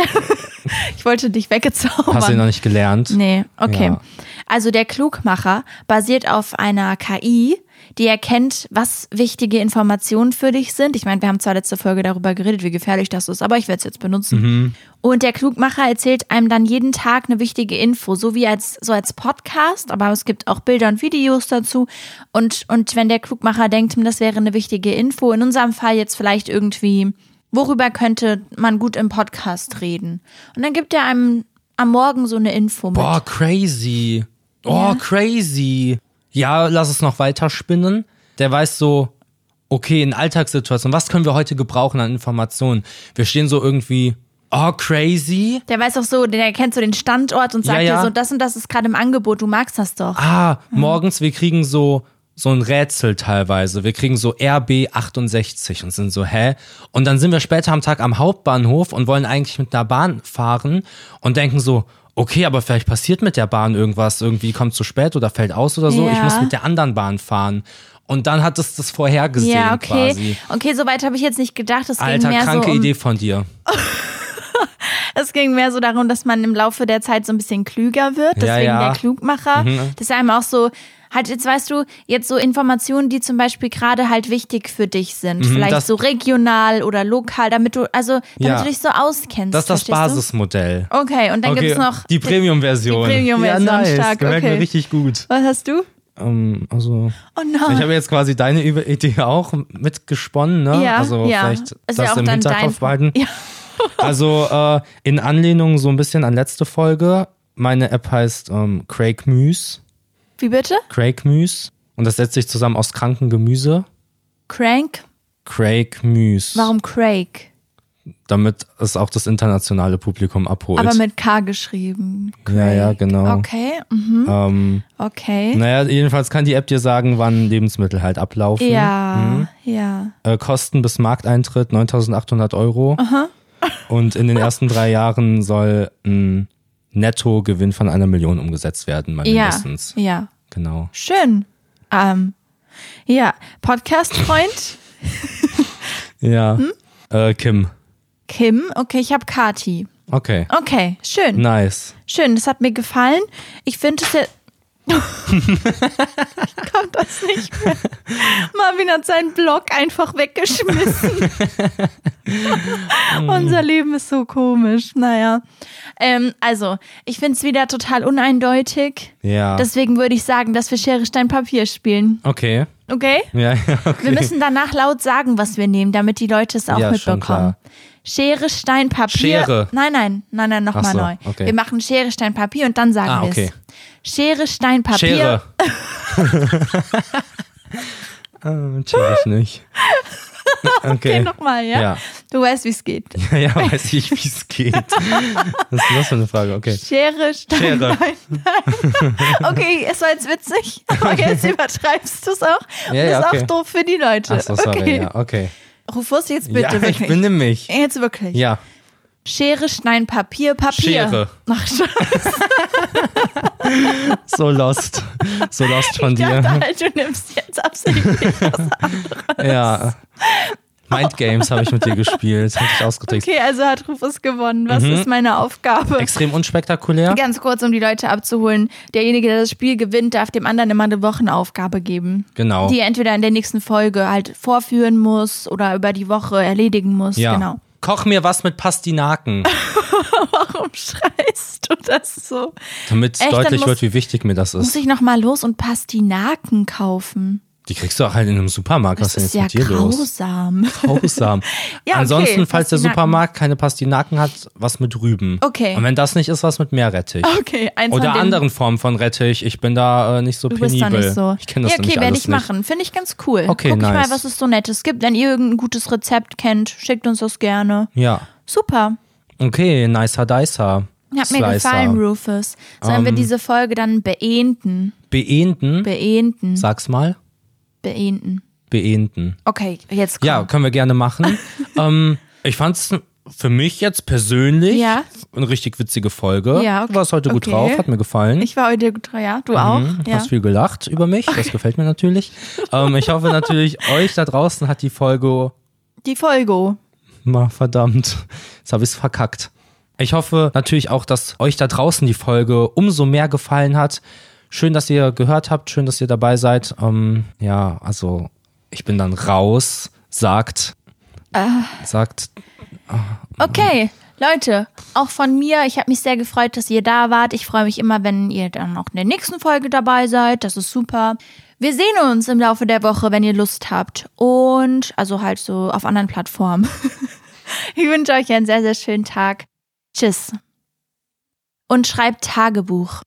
[SPEAKER 2] ich wollte dich
[SPEAKER 1] Hast du ihn
[SPEAKER 2] weggezaubern.
[SPEAKER 1] noch nicht gelernt?
[SPEAKER 2] Nee, okay.
[SPEAKER 1] Ja.
[SPEAKER 2] Also der Klugmacher basiert auf einer KI, die erkennt, was wichtige Informationen für dich sind. Ich meine, wir haben zwar letzte Folge darüber geredet, wie gefährlich das ist, aber ich werde es jetzt benutzen. Und der Klugmacher erzählt einem dann jeden Tag eine wichtige Info, so wie als so als Podcast, aber es gibt auch Bilder und Videos dazu. Und und wenn der Klugmacher denkt, hm, das wäre eine wichtige Info, in unserem Fall jetzt vielleicht irgendwie Worüber könnte man gut im Podcast reden? Und dann gibt er einem am Morgen so eine Info mit.
[SPEAKER 1] Boah, crazy. Oh,
[SPEAKER 2] Ja.
[SPEAKER 1] crazy. Ja, lass es noch weiter spinnen. Der weiß so, okay, in Alltagssituationen, was können wir heute gebrauchen an Informationen? Wir stehen so irgendwie, oh, crazy.
[SPEAKER 2] Der weiß auch so, der erkennt so den Standort und sagt
[SPEAKER 1] Ja, ja.
[SPEAKER 2] dir so, das und das ist gerade im Angebot, du magst das doch.
[SPEAKER 1] Ah,
[SPEAKER 2] Mhm.
[SPEAKER 1] morgens, wir kriegen so, so ein Rätsel teilweise. Wir kriegen so RB68 und sind so, hä? Und dann sind wir später am Tag am Hauptbahnhof und wollen eigentlich mit einer Bahn fahren und denken so, okay, aber vielleicht passiert mit der Bahn irgendwas. Irgendwie kommt zu spät oder fällt aus oder so. Ich
[SPEAKER 2] Ja.
[SPEAKER 1] muss mit der anderen Bahn fahren. Und dann hat es das vorhergesehen
[SPEAKER 2] ja, okay.
[SPEAKER 1] quasi.
[SPEAKER 2] Okay, soweit habe ich jetzt nicht gedacht. Es ging,
[SPEAKER 1] Alter,
[SPEAKER 2] mehr
[SPEAKER 1] kranke
[SPEAKER 2] so um,
[SPEAKER 1] Idee von dir.
[SPEAKER 2] es ging mehr so darum, dass man im Laufe der Zeit so ein bisschen klüger
[SPEAKER 1] Ja,
[SPEAKER 2] wird. Deswegen
[SPEAKER 1] ja. Mhm.
[SPEAKER 2] der Klugmacher. Das ist einem auch so, halt, jetzt weißt du, jetzt so Informationen, die zum Beispiel gerade halt wichtig für dich sind. Vielleicht
[SPEAKER 1] Mhm, das-
[SPEAKER 2] so regional oder lokal, damit du, also damit
[SPEAKER 1] Ja.
[SPEAKER 2] du dich so auskennst.
[SPEAKER 1] Das ist das
[SPEAKER 2] verstehst
[SPEAKER 1] Basismodell.
[SPEAKER 2] Du? Okay, und dann gibt's noch.
[SPEAKER 1] die Premium-Version.
[SPEAKER 2] die Premium-Version,
[SPEAKER 1] ja, nice.
[SPEAKER 2] stark,
[SPEAKER 1] Gefällt
[SPEAKER 2] okay.
[SPEAKER 1] mir richtig gut.
[SPEAKER 2] was hast du?
[SPEAKER 1] Ähm, also...
[SPEAKER 2] Oh nein.
[SPEAKER 1] Ich habe jetzt quasi deine Übe- Idee auch mitgesponnen, ne?
[SPEAKER 2] Ja,
[SPEAKER 1] also
[SPEAKER 2] ja.
[SPEAKER 1] vielleicht
[SPEAKER 2] Ist ja
[SPEAKER 1] das
[SPEAKER 2] auch
[SPEAKER 1] im
[SPEAKER 2] dann
[SPEAKER 1] Hinterkopf behalten.
[SPEAKER 2] dein- Ja.
[SPEAKER 1] Also äh, in Anlehnung so ein bisschen an letzte Folge. Meine App heißt ähm, Craig Muse.
[SPEAKER 2] Wie bitte?
[SPEAKER 1] Craig Muse. Und das setzt sich zusammen aus kranken Gemüse.
[SPEAKER 2] Crank?
[SPEAKER 1] Craig Muse.
[SPEAKER 2] Warum Craig?
[SPEAKER 1] Damit es auch das internationale Publikum abholt.
[SPEAKER 2] Aber mit K geschrieben.
[SPEAKER 1] ja, ja, genau.
[SPEAKER 2] Okay, mhm,
[SPEAKER 1] Ähm,
[SPEAKER 2] okay.
[SPEAKER 1] naja, jedenfalls kann die App dir sagen, wann Lebensmittel halt ablaufen.
[SPEAKER 2] Ja, ja.
[SPEAKER 1] äh, Kosten bis Markteintritt 9800 Euro. Und in den ersten drei Jahren soll ein Nettogewinn von einer Million umgesetzt werden, mal
[SPEAKER 2] Ja,
[SPEAKER 1] mindestens.
[SPEAKER 2] ja.
[SPEAKER 1] Genau.
[SPEAKER 2] Schön. Ähm, ja, Podcast-Freund
[SPEAKER 1] Ja.
[SPEAKER 2] Hm?
[SPEAKER 1] Äh, Kim.
[SPEAKER 2] Kim. Okay, ich habe Kati.
[SPEAKER 1] Okay.
[SPEAKER 2] Okay, schön.
[SPEAKER 1] Nice.
[SPEAKER 2] Schön, das hat mir gefallen. Ich finde es jetzt... ich kann das nicht mehr. Marvin hat seinen Blog einfach weggeschmissen. Unser Leben ist so komisch. Naja. Ähm, also, ich finde es wieder total uneindeutig.
[SPEAKER 1] Ja.
[SPEAKER 2] Deswegen würde ich sagen, dass wir Schere, Stein, Papier spielen.
[SPEAKER 1] okay.
[SPEAKER 2] Okay?
[SPEAKER 1] Ja, ja, okay.
[SPEAKER 2] Wir müssen danach laut sagen, was wir nehmen, damit die Leute es auch
[SPEAKER 1] Ja, schon
[SPEAKER 2] mitbekommen.
[SPEAKER 1] klar.
[SPEAKER 2] Schere, Stein, Papier.
[SPEAKER 1] Schere.
[SPEAKER 2] Nein, nein, nein, nein,
[SPEAKER 1] Ach
[SPEAKER 2] nochmal
[SPEAKER 1] so,
[SPEAKER 2] neu.
[SPEAKER 1] okay.
[SPEAKER 2] Wir machen Schere, Stein, Papier und dann sagen
[SPEAKER 1] Ah,
[SPEAKER 2] wir es.
[SPEAKER 1] okay.
[SPEAKER 2] Schere, Stein, Papier.
[SPEAKER 1] Schere. ähm, check ich nicht. Okay.
[SPEAKER 2] nochmal, ja?
[SPEAKER 1] Ja.
[SPEAKER 2] Du weißt, wie es geht.
[SPEAKER 1] Ja, ja, weiß ich, wie es geht. Was ist denn das für eine Frage? Okay.
[SPEAKER 2] Schere, Stein,
[SPEAKER 1] Schere.
[SPEAKER 2] Nein, nein. Okay, es war jetzt witzig, aber jetzt übertreibst du es auch. Und
[SPEAKER 1] Ja, ja,
[SPEAKER 2] das ist
[SPEAKER 1] okay.
[SPEAKER 2] auch doof für die Leute.
[SPEAKER 1] Achso, sorry.
[SPEAKER 2] okay.
[SPEAKER 1] Ja, okay.
[SPEAKER 2] Rufus, jetzt bitte
[SPEAKER 1] ja,
[SPEAKER 2] wirklich.
[SPEAKER 1] ich benimm mich.
[SPEAKER 2] jetzt wirklich.
[SPEAKER 1] Ja.
[SPEAKER 2] Schere, Stein, Papier, Papier.
[SPEAKER 1] Schere.
[SPEAKER 2] Ach, Scheiße,
[SPEAKER 1] So lost. So lost von dir.
[SPEAKER 2] dachte halt, du nimmst jetzt absichtlich.
[SPEAKER 1] Ja. Mind Games habe ich mit dir gespielt. Habe ich ausgetrickst.
[SPEAKER 2] Okay, also hat Rufus gewonnen. Was
[SPEAKER 1] Mhm.
[SPEAKER 2] ist meine Aufgabe?
[SPEAKER 1] Extrem unspektakulär.
[SPEAKER 2] Ganz kurz, um die Leute abzuholen. Derjenige, der das Spiel gewinnt, darf dem anderen immer eine Wochenaufgabe geben.
[SPEAKER 1] Genau.
[SPEAKER 2] Die er entweder in der nächsten Folge halt vorführen muss oder über die Woche erledigen muss.
[SPEAKER 1] ja.
[SPEAKER 2] Genau.
[SPEAKER 1] Koch mir was mit Pastinaken,
[SPEAKER 2] Warum schreist du das so?
[SPEAKER 1] damit
[SPEAKER 2] Echt, dann
[SPEAKER 1] deutlich
[SPEAKER 2] muss-
[SPEAKER 1] wird, wie wichtig mir das
[SPEAKER 2] Muss
[SPEAKER 1] ist.
[SPEAKER 2] ich nochmal los und Pastinaken kaufen?
[SPEAKER 1] Die kriegst du auch halt in einem Supermarkt.
[SPEAKER 2] Das
[SPEAKER 1] Was
[SPEAKER 2] ist
[SPEAKER 1] ist denn
[SPEAKER 2] ja
[SPEAKER 1] jetzt mit dir los?
[SPEAKER 2] grausam.
[SPEAKER 1] grausam.
[SPEAKER 2] Ja, okay,
[SPEAKER 1] Ansonsten, falls der
[SPEAKER 2] Pastinaken.
[SPEAKER 1] Supermarkt keine Pastinaken hat, was mit Rüben.
[SPEAKER 2] Okay.
[SPEAKER 1] Und wenn das nicht ist, was mit Meerrettich.
[SPEAKER 2] Okay, eins
[SPEAKER 1] Oder
[SPEAKER 2] von den,
[SPEAKER 1] anderen Formen von Rettich. Ich bin da äh, nicht so
[SPEAKER 2] Du bist
[SPEAKER 1] penibel.
[SPEAKER 2] doch nicht so.
[SPEAKER 1] Ich kenne das
[SPEAKER 2] ja, okay,
[SPEAKER 1] nämlich
[SPEAKER 2] werde
[SPEAKER 1] alles
[SPEAKER 2] ich machen. Finde ich ganz cool.
[SPEAKER 1] Okay,
[SPEAKER 2] Guck ich
[SPEAKER 1] nice.
[SPEAKER 2] mal, was es so Nettes gibt. Wenn ihr irgendein gutes Rezept kennt, schickt uns das gerne.
[SPEAKER 1] nicht. Ja.
[SPEAKER 2] Super.
[SPEAKER 1] Okay, nicer Dicer.
[SPEAKER 2] Hat mir gefallen, Rufus. Sollen
[SPEAKER 1] Ähm,
[SPEAKER 2] wir diese Folge dann beenden?
[SPEAKER 1] Beenden.
[SPEAKER 2] Beenden.
[SPEAKER 1] Sag's mal.
[SPEAKER 2] Beenden.
[SPEAKER 1] Beenden.
[SPEAKER 2] Okay, jetzt komm.
[SPEAKER 1] Ja, können wir gerne machen. ähm, ich fand's für mich jetzt persönlich
[SPEAKER 2] Ja.
[SPEAKER 1] eine richtig witzige Folge.
[SPEAKER 2] Ja, okay.
[SPEAKER 1] Du warst heute gut
[SPEAKER 2] Okay.
[SPEAKER 1] drauf, hat mir gefallen.
[SPEAKER 2] Ich war heute gut, ja, du auch. Ja.
[SPEAKER 1] Mhm. Hast viel gelacht über mich, das gefällt mir natürlich. ähm, ich hoffe natürlich, euch da draußen hat die Folge
[SPEAKER 2] Die Folge.
[SPEAKER 1] Ma, verdammt. Jetzt habe ich's verkackt. Ich hoffe natürlich auch, dass euch da draußen die Folge umso mehr gefallen hat. Schön, dass ihr gehört habt, schön, dass ihr dabei seid. Ähm, ja, also ich bin dann raus. Sagt. Sagt.
[SPEAKER 2] Okay, Leute, auch von mir, ich habe mich sehr gefreut, dass ihr da wart. Ich freue mich immer, wenn ihr dann auch in der nächsten Folge dabei seid. Das ist super. Wir sehen uns im Laufe der Woche, wenn ihr Lust habt. Und also halt so auf anderen Plattformen. ich wünsche euch einen sehr, sehr schönen Tag. Tschüss. Und schreibt Tagebuch.